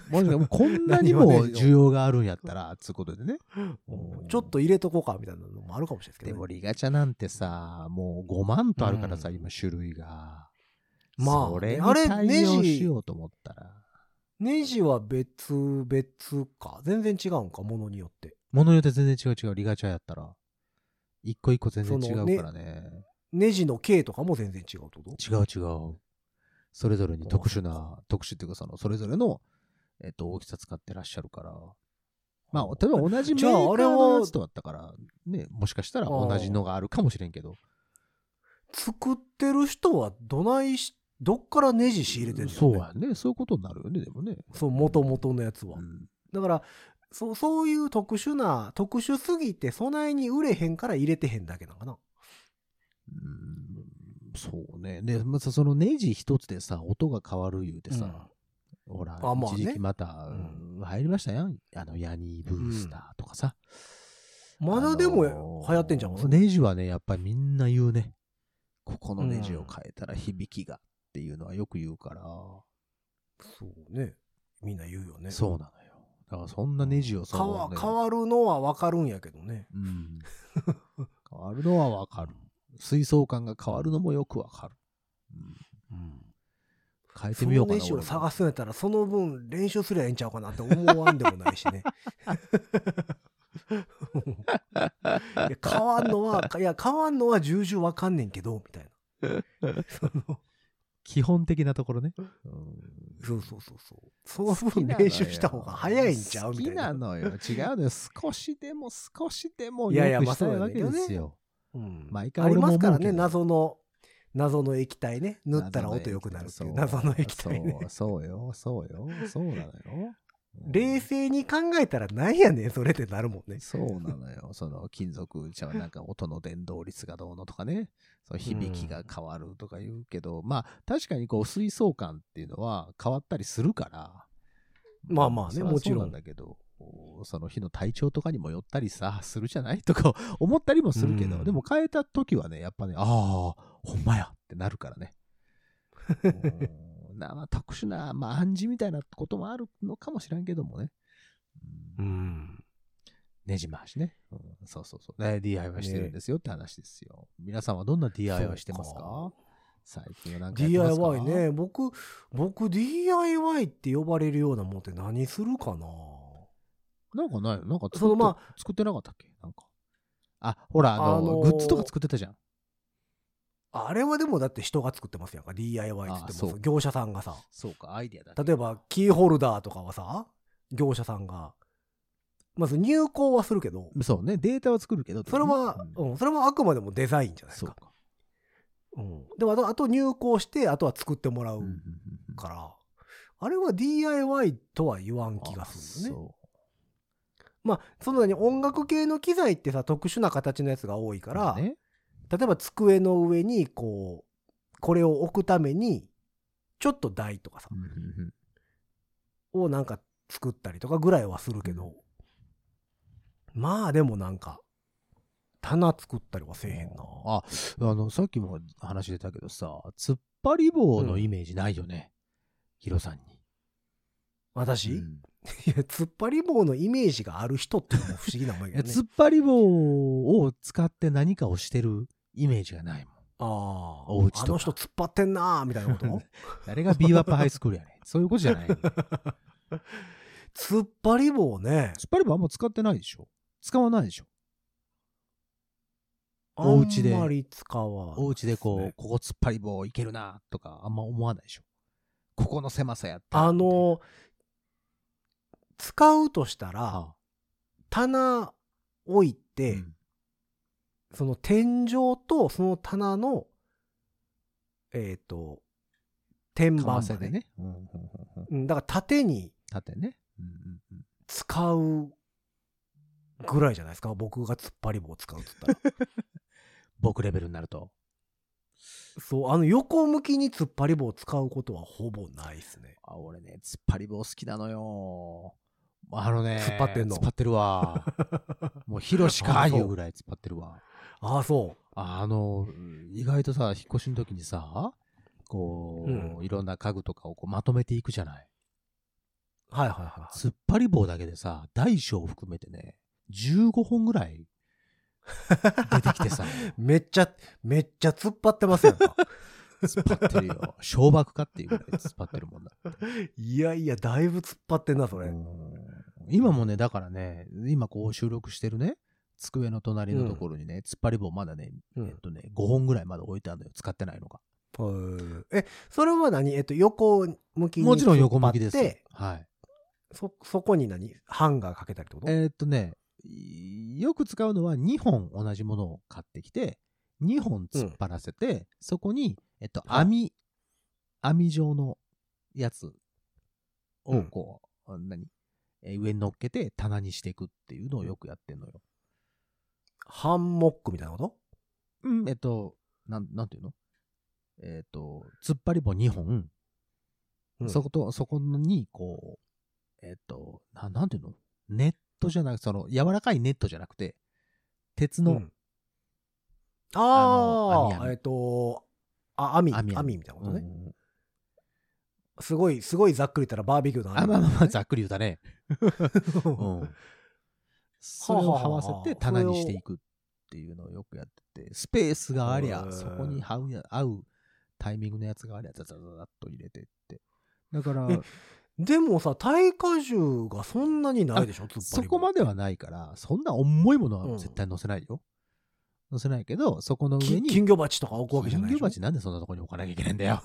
Speaker 3: もしかもこんなにも需要があるんやったら、つうことでね。
Speaker 2: ちょっと入れとこうかみたいなのもあるかもしれないですけ
Speaker 3: で
Speaker 2: ど、
Speaker 3: も
Speaker 2: ね。
Speaker 3: リガチャなんてさ、もう5万とあるからさ、
Speaker 2: うん
Speaker 3: 今種類が。
Speaker 2: まあ
Speaker 3: それに
Speaker 2: あれ
Speaker 3: 対応しようと思ったら。
Speaker 2: ネジは別、別か。全然違うんか、ものによって。
Speaker 3: 物によって全然違う違う、リガチャやったら。一個一個全然違うからね。
Speaker 2: ネジの径とかも全然違うってこと
Speaker 3: 違う違う。それぞれに特殊な、特殊っていうかその、それぞれの、えっと、大きさ使ってらっしゃるから。まあ、例えば同じメ
Speaker 2: じゃあ
Speaker 3: ーカー
Speaker 2: あれ
Speaker 3: の
Speaker 2: は
Speaker 3: やつとだったから、ね、もしかしたら同じのがあるかもしれんけど。
Speaker 2: 作ってる人はどないし、どっからネジ仕入れてるんだよ
Speaker 3: そう
Speaker 2: ね
Speaker 3: やね。そういうことになるよね、でもね。
Speaker 2: そう、元々のやつは。
Speaker 3: うん
Speaker 2: だからそうそういう特殊な特殊すぎて備えに売れへんから入れてへんだけなんかな
Speaker 3: うーんそうね。で、またそのネジ一つでさ、音が変わる言うてさ、ほら、
Speaker 2: あまあね
Speaker 3: 一時期また、
Speaker 2: う
Speaker 3: 入りましたやん。あの、ヤニーブースターとかさ。
Speaker 2: まだでも流行ってんじゃん、
Speaker 3: あ
Speaker 2: も
Speaker 3: の
Speaker 2: う
Speaker 3: ーネジはね、やっぱりみんな言うね。ここのネジを変えたら響きがっていうのはよく言うから、
Speaker 2: そうねみんな言うよね
Speaker 3: そうなのよ。だからそんなネジをそ
Speaker 2: 変
Speaker 3: の
Speaker 2: わ
Speaker 3: ね
Speaker 2: 変わるのは分かるんやけどね
Speaker 3: うん、変わるのはわかる。水槽感が変わるのもよくわかる。うん変えて
Speaker 2: そ
Speaker 3: み
Speaker 2: の
Speaker 3: ようかな。
Speaker 2: ネジを
Speaker 3: 俺も
Speaker 2: 探すんやったらその分練習すりゃええんちゃうかなって思わんでもないしねいや変わんのはいや変わんのは重々分かんねんけどみたいなその
Speaker 3: 基本的なところね。
Speaker 2: そうそうそうそうその分練習した方が早いんちゃうみたいな
Speaker 3: 好きなのよ。違うのよ。少しでも少しでも
Speaker 2: いやい
Speaker 3: 良
Speaker 2: や
Speaker 3: くしたい
Speaker 2: まあそうだ
Speaker 3: わけ
Speaker 2: けど
Speaker 3: で
Speaker 2: ね
Speaker 3: すよ。
Speaker 2: うん
Speaker 3: 毎回
Speaker 2: あり
Speaker 3: 俺
Speaker 2: ま
Speaker 3: も
Speaker 2: す
Speaker 3: 思う
Speaker 2: から
Speaker 3: け
Speaker 2: ね
Speaker 3: ど
Speaker 2: 謎の謎の液体ね塗ったら音良くなるっていう謎の液体ね
Speaker 3: そうそうよ、そうよ、そうなのよ。うん
Speaker 2: 冷静に考えたらなんやねんそれってなるもんね
Speaker 3: そうなのよ。 その金属じゃなんか音の伝導率がどうのとかね、その響きが変わるとか言うけど、まあ確かにこう水槽感っていうのは変わったりするから。
Speaker 2: まあまあね
Speaker 3: それは
Speaker 2: もちろん
Speaker 3: そうなんだけど、その日の体調とかにもよったりさ、するじゃないとか 思ったりもするけど、
Speaker 2: うん
Speaker 3: でも変えた時はね、やっぱね、ああ、ほんまやってなるから ね。うんなまあ特殊な、まあ暗示みたいなこともあるのかもしらんけどもね。うん
Speaker 2: うん
Speaker 3: ねじ回しね。うん、そうそうそう。ね、DIY してるんですよって話ですよ。皆さんはどんな DIY してますか
Speaker 2: そ
Speaker 3: 最近はなんかやってますか
Speaker 2: DIY。ね僕僕 DIY って呼ばれるようなもんって何するかな
Speaker 3: なんかないなんか作
Speaker 2: その
Speaker 3: って、
Speaker 2: ま
Speaker 3: 作ってなかったっけなんか。あ、ほら、あの、
Speaker 2: あのー
Speaker 3: グッズとか作ってたじゃん。
Speaker 2: あれはでもだって人が作ってますやんか DIY って言って
Speaker 3: あ
Speaker 2: も
Speaker 3: そ
Speaker 2: さ
Speaker 3: う
Speaker 2: 業者さんがさ
Speaker 3: そうか、アイディアだね。
Speaker 2: 例えばキーホルダーとかはさ業者さんがまず入稿はするけど
Speaker 3: そうね、データは作るけど。
Speaker 2: それは、
Speaker 3: うん
Speaker 2: うん、それはあくまでもデザインじゃないです
Speaker 3: そう
Speaker 2: か。
Speaker 3: か。
Speaker 2: うん、でもあとあと入稿してあとは作ってもらう
Speaker 3: うんうんうんうん
Speaker 2: から、あれは DIY とは言わん気がする
Speaker 3: あ
Speaker 2: よね。
Speaker 3: そ
Speaker 2: まあそのなに音楽系の機材ってさ特殊な形のやつが多いか
Speaker 3: う
Speaker 2: ら、
Speaker 3: ね、
Speaker 2: 例えば机の上にこうこれを置くためにちょっと台とかさ
Speaker 3: う、んうんうん
Speaker 2: をなんか作ったりとかぐらいはするけど、まあでもなんか棚作ったりはせえへんな。
Speaker 3: あ、あの、さっきも話出たけどさ、突っ張り棒のイメージないよね。ヒロさんに。
Speaker 2: 私、
Speaker 3: うん
Speaker 2: いや、突っ張り棒のイメージがある人っていうのも不思議なもん
Speaker 3: い
Speaker 2: や
Speaker 3: や
Speaker 2: けどね
Speaker 3: 突。っ張り棒を使って何かをしてるイメージがないもん。
Speaker 2: ああ
Speaker 3: お家とか
Speaker 2: あの人突っ張ってんなーみたいなこと
Speaker 3: 誰が b ワップハイスクールや ねん。そういうことじゃないの。突っ
Speaker 2: 突っ張り棒 ね。
Speaker 3: 張り棒あんま使ってないでしょ。使わないでしょ。お家で
Speaker 2: あんまり使わない
Speaker 3: お家でこう、
Speaker 2: そうですね
Speaker 3: ここ突っ張り棒いけるなとか、あんま思わないでしょ。ここの狭さやったら
Speaker 2: あ、の、使うとした
Speaker 3: みたいな
Speaker 2: ら、
Speaker 3: あ
Speaker 2: 棚置いて、
Speaker 3: うん
Speaker 2: その天井とその棚の、えっ、と、天板
Speaker 3: かわ
Speaker 2: ま
Speaker 3: せ
Speaker 2: で
Speaker 3: でね。うんうんうんう
Speaker 2: う
Speaker 3: ん
Speaker 2: ん。だから縦に
Speaker 3: 縦ね。うんうんうん
Speaker 2: 使うぐらいじゃないですか。僕が突っ張り棒使うっつったら。
Speaker 3: 僕レベルになると。
Speaker 2: そう、あの横向きに突っ張り棒を使うことはほぼないですね。
Speaker 3: あ、俺ね、突っ張り棒好きなのよ。あのね、
Speaker 2: 突っ張ってんの
Speaker 3: 突っ張って るわ。もう、ヒロシか
Speaker 2: あそう
Speaker 3: いうぐらい突っ張ってるわ。
Speaker 2: ああ、そ
Speaker 3: あの、意外とさ、引っ越しの時にさ、こう、
Speaker 2: うん
Speaker 3: いろんな家具とかをこうまとめていくじゃない。
Speaker 2: う。はいはいはいはい。
Speaker 3: 突っ張り棒だけでさ、大小含めてね、15本ぐらい出て きてさ、
Speaker 2: めっちゃ、めっちゃ突っ張ってますやん か。
Speaker 3: 突っ張ってるよ。小爆かっていうぐらい突っ張ってるもんだ。
Speaker 2: いやいや、だいぶ突っ張ってんな、それ。
Speaker 3: うん今もね、だからね、今こう収録してるね、机の隣のところにね、突っ張り棒まだね、
Speaker 2: うん
Speaker 3: えっとね、5本ぐらいまだ置いてあるのよ、使ってないのが。
Speaker 2: はいえ、それは何えっと、横向きに。
Speaker 3: もちろん横向きです。
Speaker 2: で、
Speaker 3: はい。
Speaker 2: そ、そこに何ハンガーかけたりってこと
Speaker 3: えーっとね、いよく使うのは2本同じものを買ってきて、2本突っ張らせて、そこに、えっと、
Speaker 2: はい
Speaker 3: 網、網状のやつ
Speaker 2: う
Speaker 3: を
Speaker 2: ん
Speaker 3: こう、あ何えー上に乗っけて棚にしていくっていうのをよくやってんのよ。
Speaker 2: ハンモックみたいなこと
Speaker 3: うん、えっと、なん、なんていうのえっと、突っ張り棒2本、
Speaker 2: うん
Speaker 3: そこと、そこに、こう、えっと、ななんていうのネットじゃなく、その、柔らかいネットじゃなくて、鉄
Speaker 2: う
Speaker 3: の
Speaker 2: んあ
Speaker 3: あの網
Speaker 2: あ、
Speaker 3: 網
Speaker 2: えっと、あ、網、
Speaker 3: 網
Speaker 2: 網
Speaker 3: 網
Speaker 2: みたいなことね。
Speaker 3: うん
Speaker 2: すごい、すごいざっくり言ったらバーベキューの
Speaker 3: あ、
Speaker 2: 網
Speaker 3: まあまあまあ、ざっくり言うたね。うん。それを
Speaker 2: はあは
Speaker 3: は
Speaker 2: あは
Speaker 3: わ
Speaker 2: あ
Speaker 3: せて棚にしていくっていうのをよくやってて、スペースがあり
Speaker 2: へ
Speaker 3: ゃ、
Speaker 2: え
Speaker 3: そこに合うや、合うタイミングのやつがありゃ、ザザザザっと入れてって。だから、
Speaker 2: えでもさ、耐荷重がそんなにないでしょ、突っ張り
Speaker 3: そこまではないから、そんな重いものは絶対乗せないよ。乗せないけど、そこの上
Speaker 2: 金
Speaker 3: に、
Speaker 2: 金魚鉢とか置くわけじゃない
Speaker 3: 金
Speaker 2: で
Speaker 3: 魚
Speaker 2: しょ
Speaker 3: 鉢なんでそんなとこに置かなきゃいけないんだよ。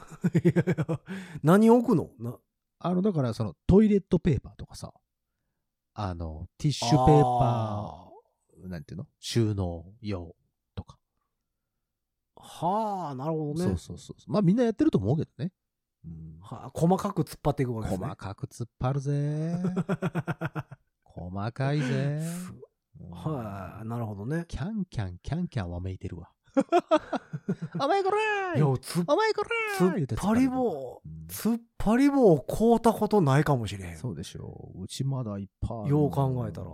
Speaker 2: 何置くのな
Speaker 3: あの、だから、そのトイレットペーパーとかさ、あの、ティッシュペーパ
Speaker 2: あ
Speaker 3: ー、なんていうの収納用とか。
Speaker 2: ーはあなるほどね
Speaker 3: そうそうそう。まあみんなやってると思うけどね。うん、
Speaker 2: はあ細かく突っ張っていくわけですね
Speaker 3: 細かく突っ張 るぜ。細かいぜ。うん
Speaker 2: はい、なるほどね
Speaker 3: キャンキャン、キャンキャンわめいてるわ。お前こら
Speaker 2: い
Speaker 3: ー
Speaker 2: や突っ
Speaker 3: お前こらー
Speaker 2: 突っ張り棒
Speaker 3: うん
Speaker 2: 突っ張り棒を買うたことないかもしれへん
Speaker 3: そうでしょう。うちまだいっぱいある。
Speaker 2: よう考えたら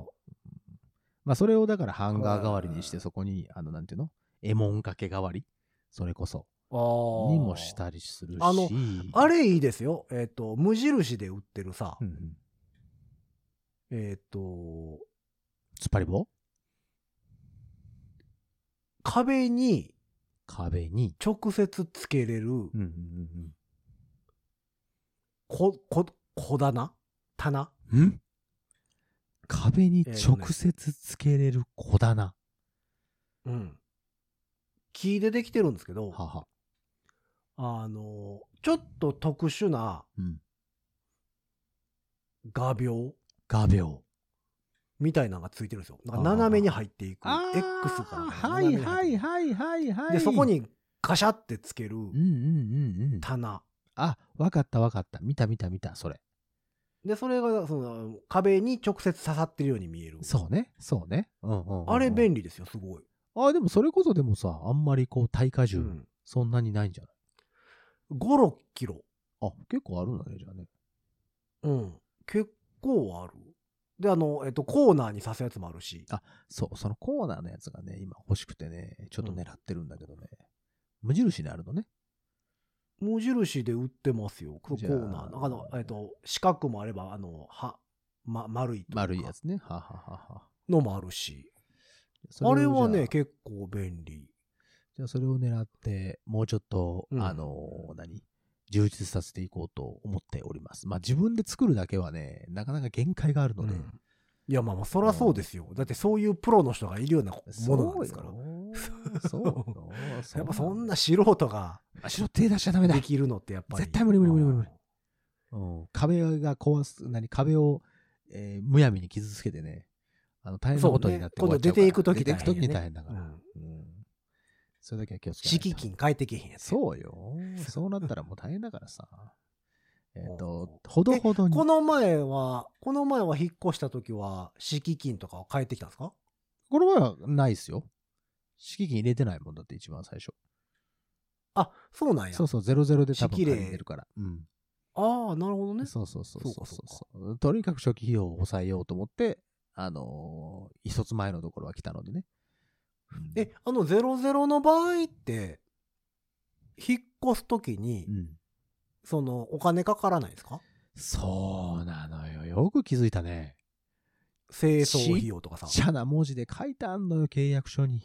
Speaker 3: まあそれをだからハンガー代わりにし
Speaker 2: へ
Speaker 3: て
Speaker 2: ー
Speaker 3: そこに、あの、なんていうのエモン掛け代わりそれこそ。
Speaker 2: あー
Speaker 3: にもしたりするし。
Speaker 2: あのあれいいですよえっ、と無印で売ってるさ、
Speaker 3: うんうん
Speaker 2: えっ、と
Speaker 3: 突っ張り棒
Speaker 2: 壁に
Speaker 3: 壁に。
Speaker 2: 直接つけれる
Speaker 3: うんうんうん
Speaker 2: こ、こ、小棚棚
Speaker 3: うん。ん壁に直接つけれる小棚。
Speaker 2: うん。木でできてるんですけど、
Speaker 3: はは。
Speaker 2: あの、ちょっと特殊な
Speaker 3: うん。
Speaker 2: 画鋲
Speaker 3: 画鋲。
Speaker 2: みたいなのがついてるんですよ。なんか
Speaker 3: あー
Speaker 2: 斜めに入っていく。X か
Speaker 3: あ
Speaker 2: ら。
Speaker 3: ーはいはいはいはいはい。
Speaker 2: で、そこ。にガシャってつける
Speaker 3: うんうんうんうん。
Speaker 2: 棚。
Speaker 3: あ、わかったわかった。見た見た見た、それ。
Speaker 2: で、それが、その、壁に直接刺さってるように見える。
Speaker 3: そうね、そうね。うんうんうんうん
Speaker 2: あれ便利ですよ、すごい。
Speaker 3: あ、でもそれこそでもさ、あんまりこう、耐荷
Speaker 2: う
Speaker 3: 重、
Speaker 2: ん。
Speaker 3: そんなにないんじゃない
Speaker 2: 5、6キロ。
Speaker 3: あ、結構あるんだね、じゃあね。
Speaker 2: うん。結構ある。で、あの、えっと、コーナーに刺すやつもあるし。
Speaker 3: そう、そのコーナーのやつがね、今欲しくてね、ちょっと狙ってるんだけどね。無印にあるのね。
Speaker 2: 無印で売ってますよ、コ
Speaker 3: じ
Speaker 2: ー
Speaker 3: ゃあ
Speaker 2: ナー。あの、えっと、四角もあれば、あの、は、ま、丸いとか
Speaker 3: 丸いやつね。はははは。
Speaker 2: のもあるし。
Speaker 3: そ
Speaker 2: あれ
Speaker 3: を
Speaker 2: は
Speaker 3: じゃ
Speaker 2: ね、結構便利。
Speaker 3: じゃあそれを狙って、もうちょっと、
Speaker 2: うん
Speaker 3: あのー何充実させていこうと思っております。まあ自分で作るだけはね、なかなか限界があるので。
Speaker 2: うんいや、まあまあ、そらそうですよ。だって、そういうプロの人がいるようなものなんですから。
Speaker 3: そうよ。そうよ
Speaker 2: やっぱそんな、素人が
Speaker 3: あしろ手出しちゃダメだ
Speaker 2: で。きるのってやっぱり。
Speaker 3: 絶対無理無理無理無理無理うん、壁が壊す、何、壁を、えーむやみに傷つけてね、あの大変なことになって
Speaker 2: そうね
Speaker 3: 終わっちゃ
Speaker 2: 今
Speaker 3: う
Speaker 2: 度出ていく時
Speaker 3: 出ていく時に大
Speaker 2: 大
Speaker 3: 変だ
Speaker 2: う
Speaker 3: か
Speaker 2: ん
Speaker 3: ら。うんそれだけは気をつけないと
Speaker 2: 敷金変えてけへんやつ。
Speaker 3: そうよ。そうなったらもう大変だか らさ。えっと、
Speaker 2: う
Speaker 3: ほどほどに
Speaker 2: こ。の前は、この前は引っ越した時は、敷金とかを変えてきたんですか
Speaker 3: これはないっすよ。敷金入れてないもんだって一番最初。
Speaker 2: あ、そうなんや。
Speaker 3: そうそう、00で多
Speaker 2: 敷
Speaker 3: 分
Speaker 2: 金
Speaker 3: 借りてるから。うん。
Speaker 2: ああ、なるほどね。
Speaker 3: そうそうそう
Speaker 2: そう
Speaker 3: そう
Speaker 2: か
Speaker 3: そうとにかく初期費用を抑えようと思って、あのー、一つ前のところは来たのでね。うん
Speaker 2: え、あの、00の場合って、引っ越すときに、
Speaker 3: うん。
Speaker 2: その、お金かからないですか
Speaker 3: そうなのよ。よく気づいたね。
Speaker 2: 清掃費用とかさ。
Speaker 3: ちゃな文字で書いてあんのよ、契約書に。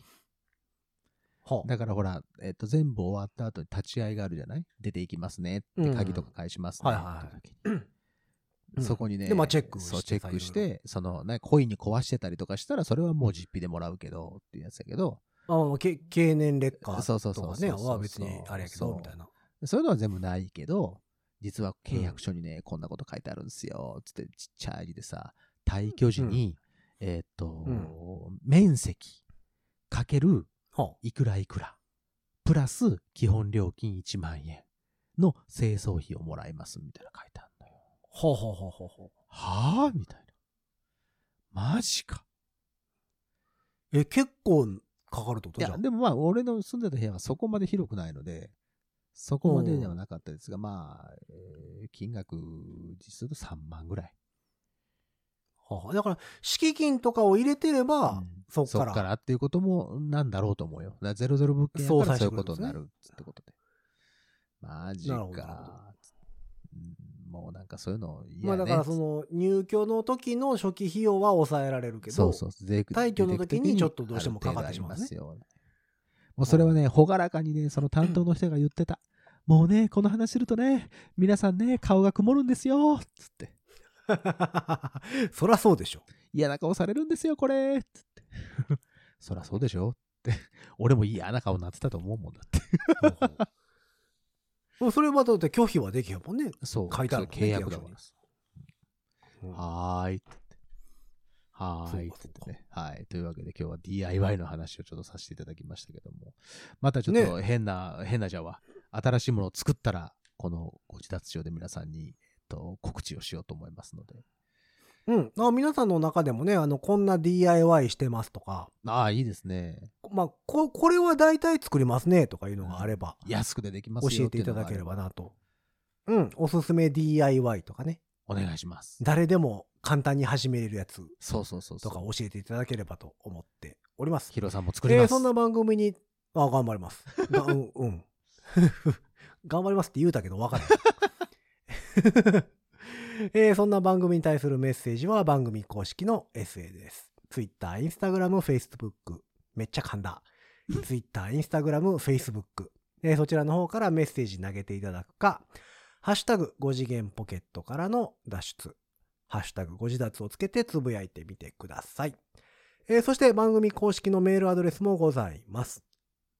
Speaker 2: はあ
Speaker 3: だからほら、えっと、全部終わった後に立ち会いがあるじゃない出ていきますねって、
Speaker 2: うん
Speaker 3: 鍵とか返しますね
Speaker 2: はいはいはい
Speaker 3: って時に
Speaker 2: うん
Speaker 3: そこにね、
Speaker 2: でまあチェック
Speaker 3: そう、
Speaker 2: して
Speaker 3: チェックして、その、ね、故意に壊してたりとかしたら、それはもう実費でもらうけど、っていうやつだけど、
Speaker 2: あまあけ経年劣化
Speaker 3: そう
Speaker 2: と
Speaker 3: そうそう
Speaker 2: か
Speaker 3: そ
Speaker 2: ね、
Speaker 3: うそうそう
Speaker 2: は別にあれやけ
Speaker 3: そ
Speaker 2: ど、
Speaker 3: う
Speaker 2: みたいな。
Speaker 3: そういうのは全部ないけど、実は契約書にね、こんなこと書いてあるんですよ、つってちっちゃい字でさ、退去時に、えっと、面積かける
Speaker 2: はい
Speaker 3: くらいくら、プラス基本料金1万円の清掃費をもらいますみたいな書いてあるのよ。
Speaker 2: あ。はあはあはあはあはあ
Speaker 3: はぁみたいな。マジか。
Speaker 2: え、結構かかるってこと
Speaker 3: い
Speaker 2: じゃ
Speaker 3: や、
Speaker 2: ん。
Speaker 3: でもまあ、俺の住んでた部屋はそこまで広くないので、そこまでではなかったですが、まあ、えー金額、実すると3万ぐらい。
Speaker 2: はあだから、敷金とかを入れてれば、
Speaker 3: うん
Speaker 2: そっから
Speaker 3: っていうこともなんだろうと思うよ。だゼロゼロ物件やからそういうことになるってことで。マジ
Speaker 2: なるほどなるほど
Speaker 3: か。うんもうなんかそういうの嫌
Speaker 2: まあ
Speaker 3: ね。
Speaker 2: だからその入居の時の初期費用は抑えられるけど、
Speaker 3: そうそう税
Speaker 2: 退去の時にちょっとどうしてもかかって
Speaker 3: ある程度あります
Speaker 2: し
Speaker 3: よ。もうそれはね、ほがらかにね、その担当の人が言ってた。もうね、この話するとね、皆さんね、顔が曇るんですよ、つって。
Speaker 2: そらそうでしょ。
Speaker 3: 嫌な顔されるんですよ、これ、つって。 そらそうでしょって。俺も嫌な顔になってたと思うもんだって。
Speaker 2: もうそれはだって拒否はできへんもんね。
Speaker 3: そう。
Speaker 2: 書いてあるもんね
Speaker 3: そう契約だか
Speaker 2: 契約
Speaker 3: ら。はーい。はー
Speaker 2: そ
Speaker 3: い。
Speaker 2: うかそうか
Speaker 3: ねはい。というわけで今日は DIY の話をちょっとさせていただきましたけども。またちょっと変な、変なじゃわ。新しいものを作ったら、このご自立上で皆さんに、えっと、告知をしようと思いますので。
Speaker 2: うん。あ皆さんの中でもね、あの、こんな DIY してますとか、
Speaker 3: ああ、いいですね。
Speaker 2: まあ、ここれは大体作りますねとかいうのがあれば、
Speaker 3: 安くでできますよ
Speaker 2: 教えていただければなと。うん。おすすめ DIY とかね。
Speaker 3: お願いします。
Speaker 2: 誰でも簡単に始めれるやつ
Speaker 3: そうそうそうそ
Speaker 2: と
Speaker 3: う。
Speaker 2: か教えていただければと思っております。
Speaker 3: ヒロさんも作ります。
Speaker 2: えーそんな番組に、あ、頑張り ます。がうん、うん。 頑張りますって言うたけど分 からない。えーそんな番組に対するメッセージは番組公式の SA です。 Twitter、Instagram、Facebook。めっちゃ噛ん だ。Twitter、Instagram、Facebook。えーそちらの方からメッセージ投げていただくか、ハッシュタグ5次元ポケットからの脱出、ハッシュタグ5次脱をつけてつぶやいてみてください。えーそして番組公式のメールアドレスもございます。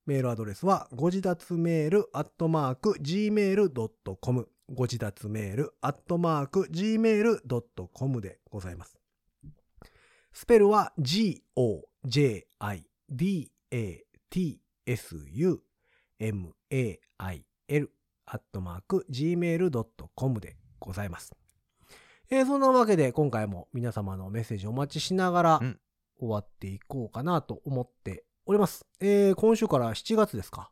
Speaker 2: メールアドレスは、ご自立メールアットマーク gmail.com。ご自立メールアットマーク gmail.com でございます。スペルは g-o-j-i-d-a-t-s-u-m-a-i-l アットマーク gmail.com でございます。えーそんなわけで今回も皆様のメッセージお待ちしながら
Speaker 3: うん
Speaker 2: 終わっていこうかなと思っております。えー今週から7月ですか。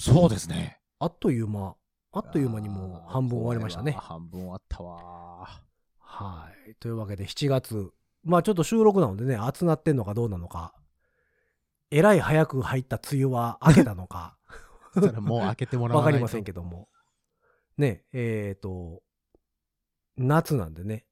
Speaker 3: そうですね。
Speaker 2: あっという間、あっという間にもう半分終わりましたね
Speaker 3: あー。半分終わったわ
Speaker 2: はい。というわけで7月、まあちょっと収録なのでね、暑なってんのかどうなのか、えらい早く入った梅雨は明けたの か、
Speaker 3: ー。そしたらもう開けても ら
Speaker 2: わ
Speaker 3: わな
Speaker 2: か
Speaker 3: いと
Speaker 2: りませんけども。ね、えっ、と、夏なんでね、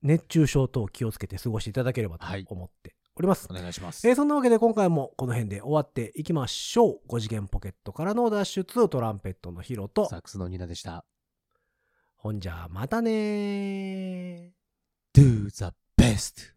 Speaker 2: 熱中症等気をつけて過ごしていただければと
Speaker 3: はい
Speaker 2: 思っております。
Speaker 3: お願いします。
Speaker 2: えーそんなわけで今回もこの辺で終わっていきましょう。5次元ポケットからの脱出、トランペットのヒロと、
Speaker 3: サックスのニナでした。
Speaker 2: ほんじゃ、またねー。
Speaker 3: Do the best!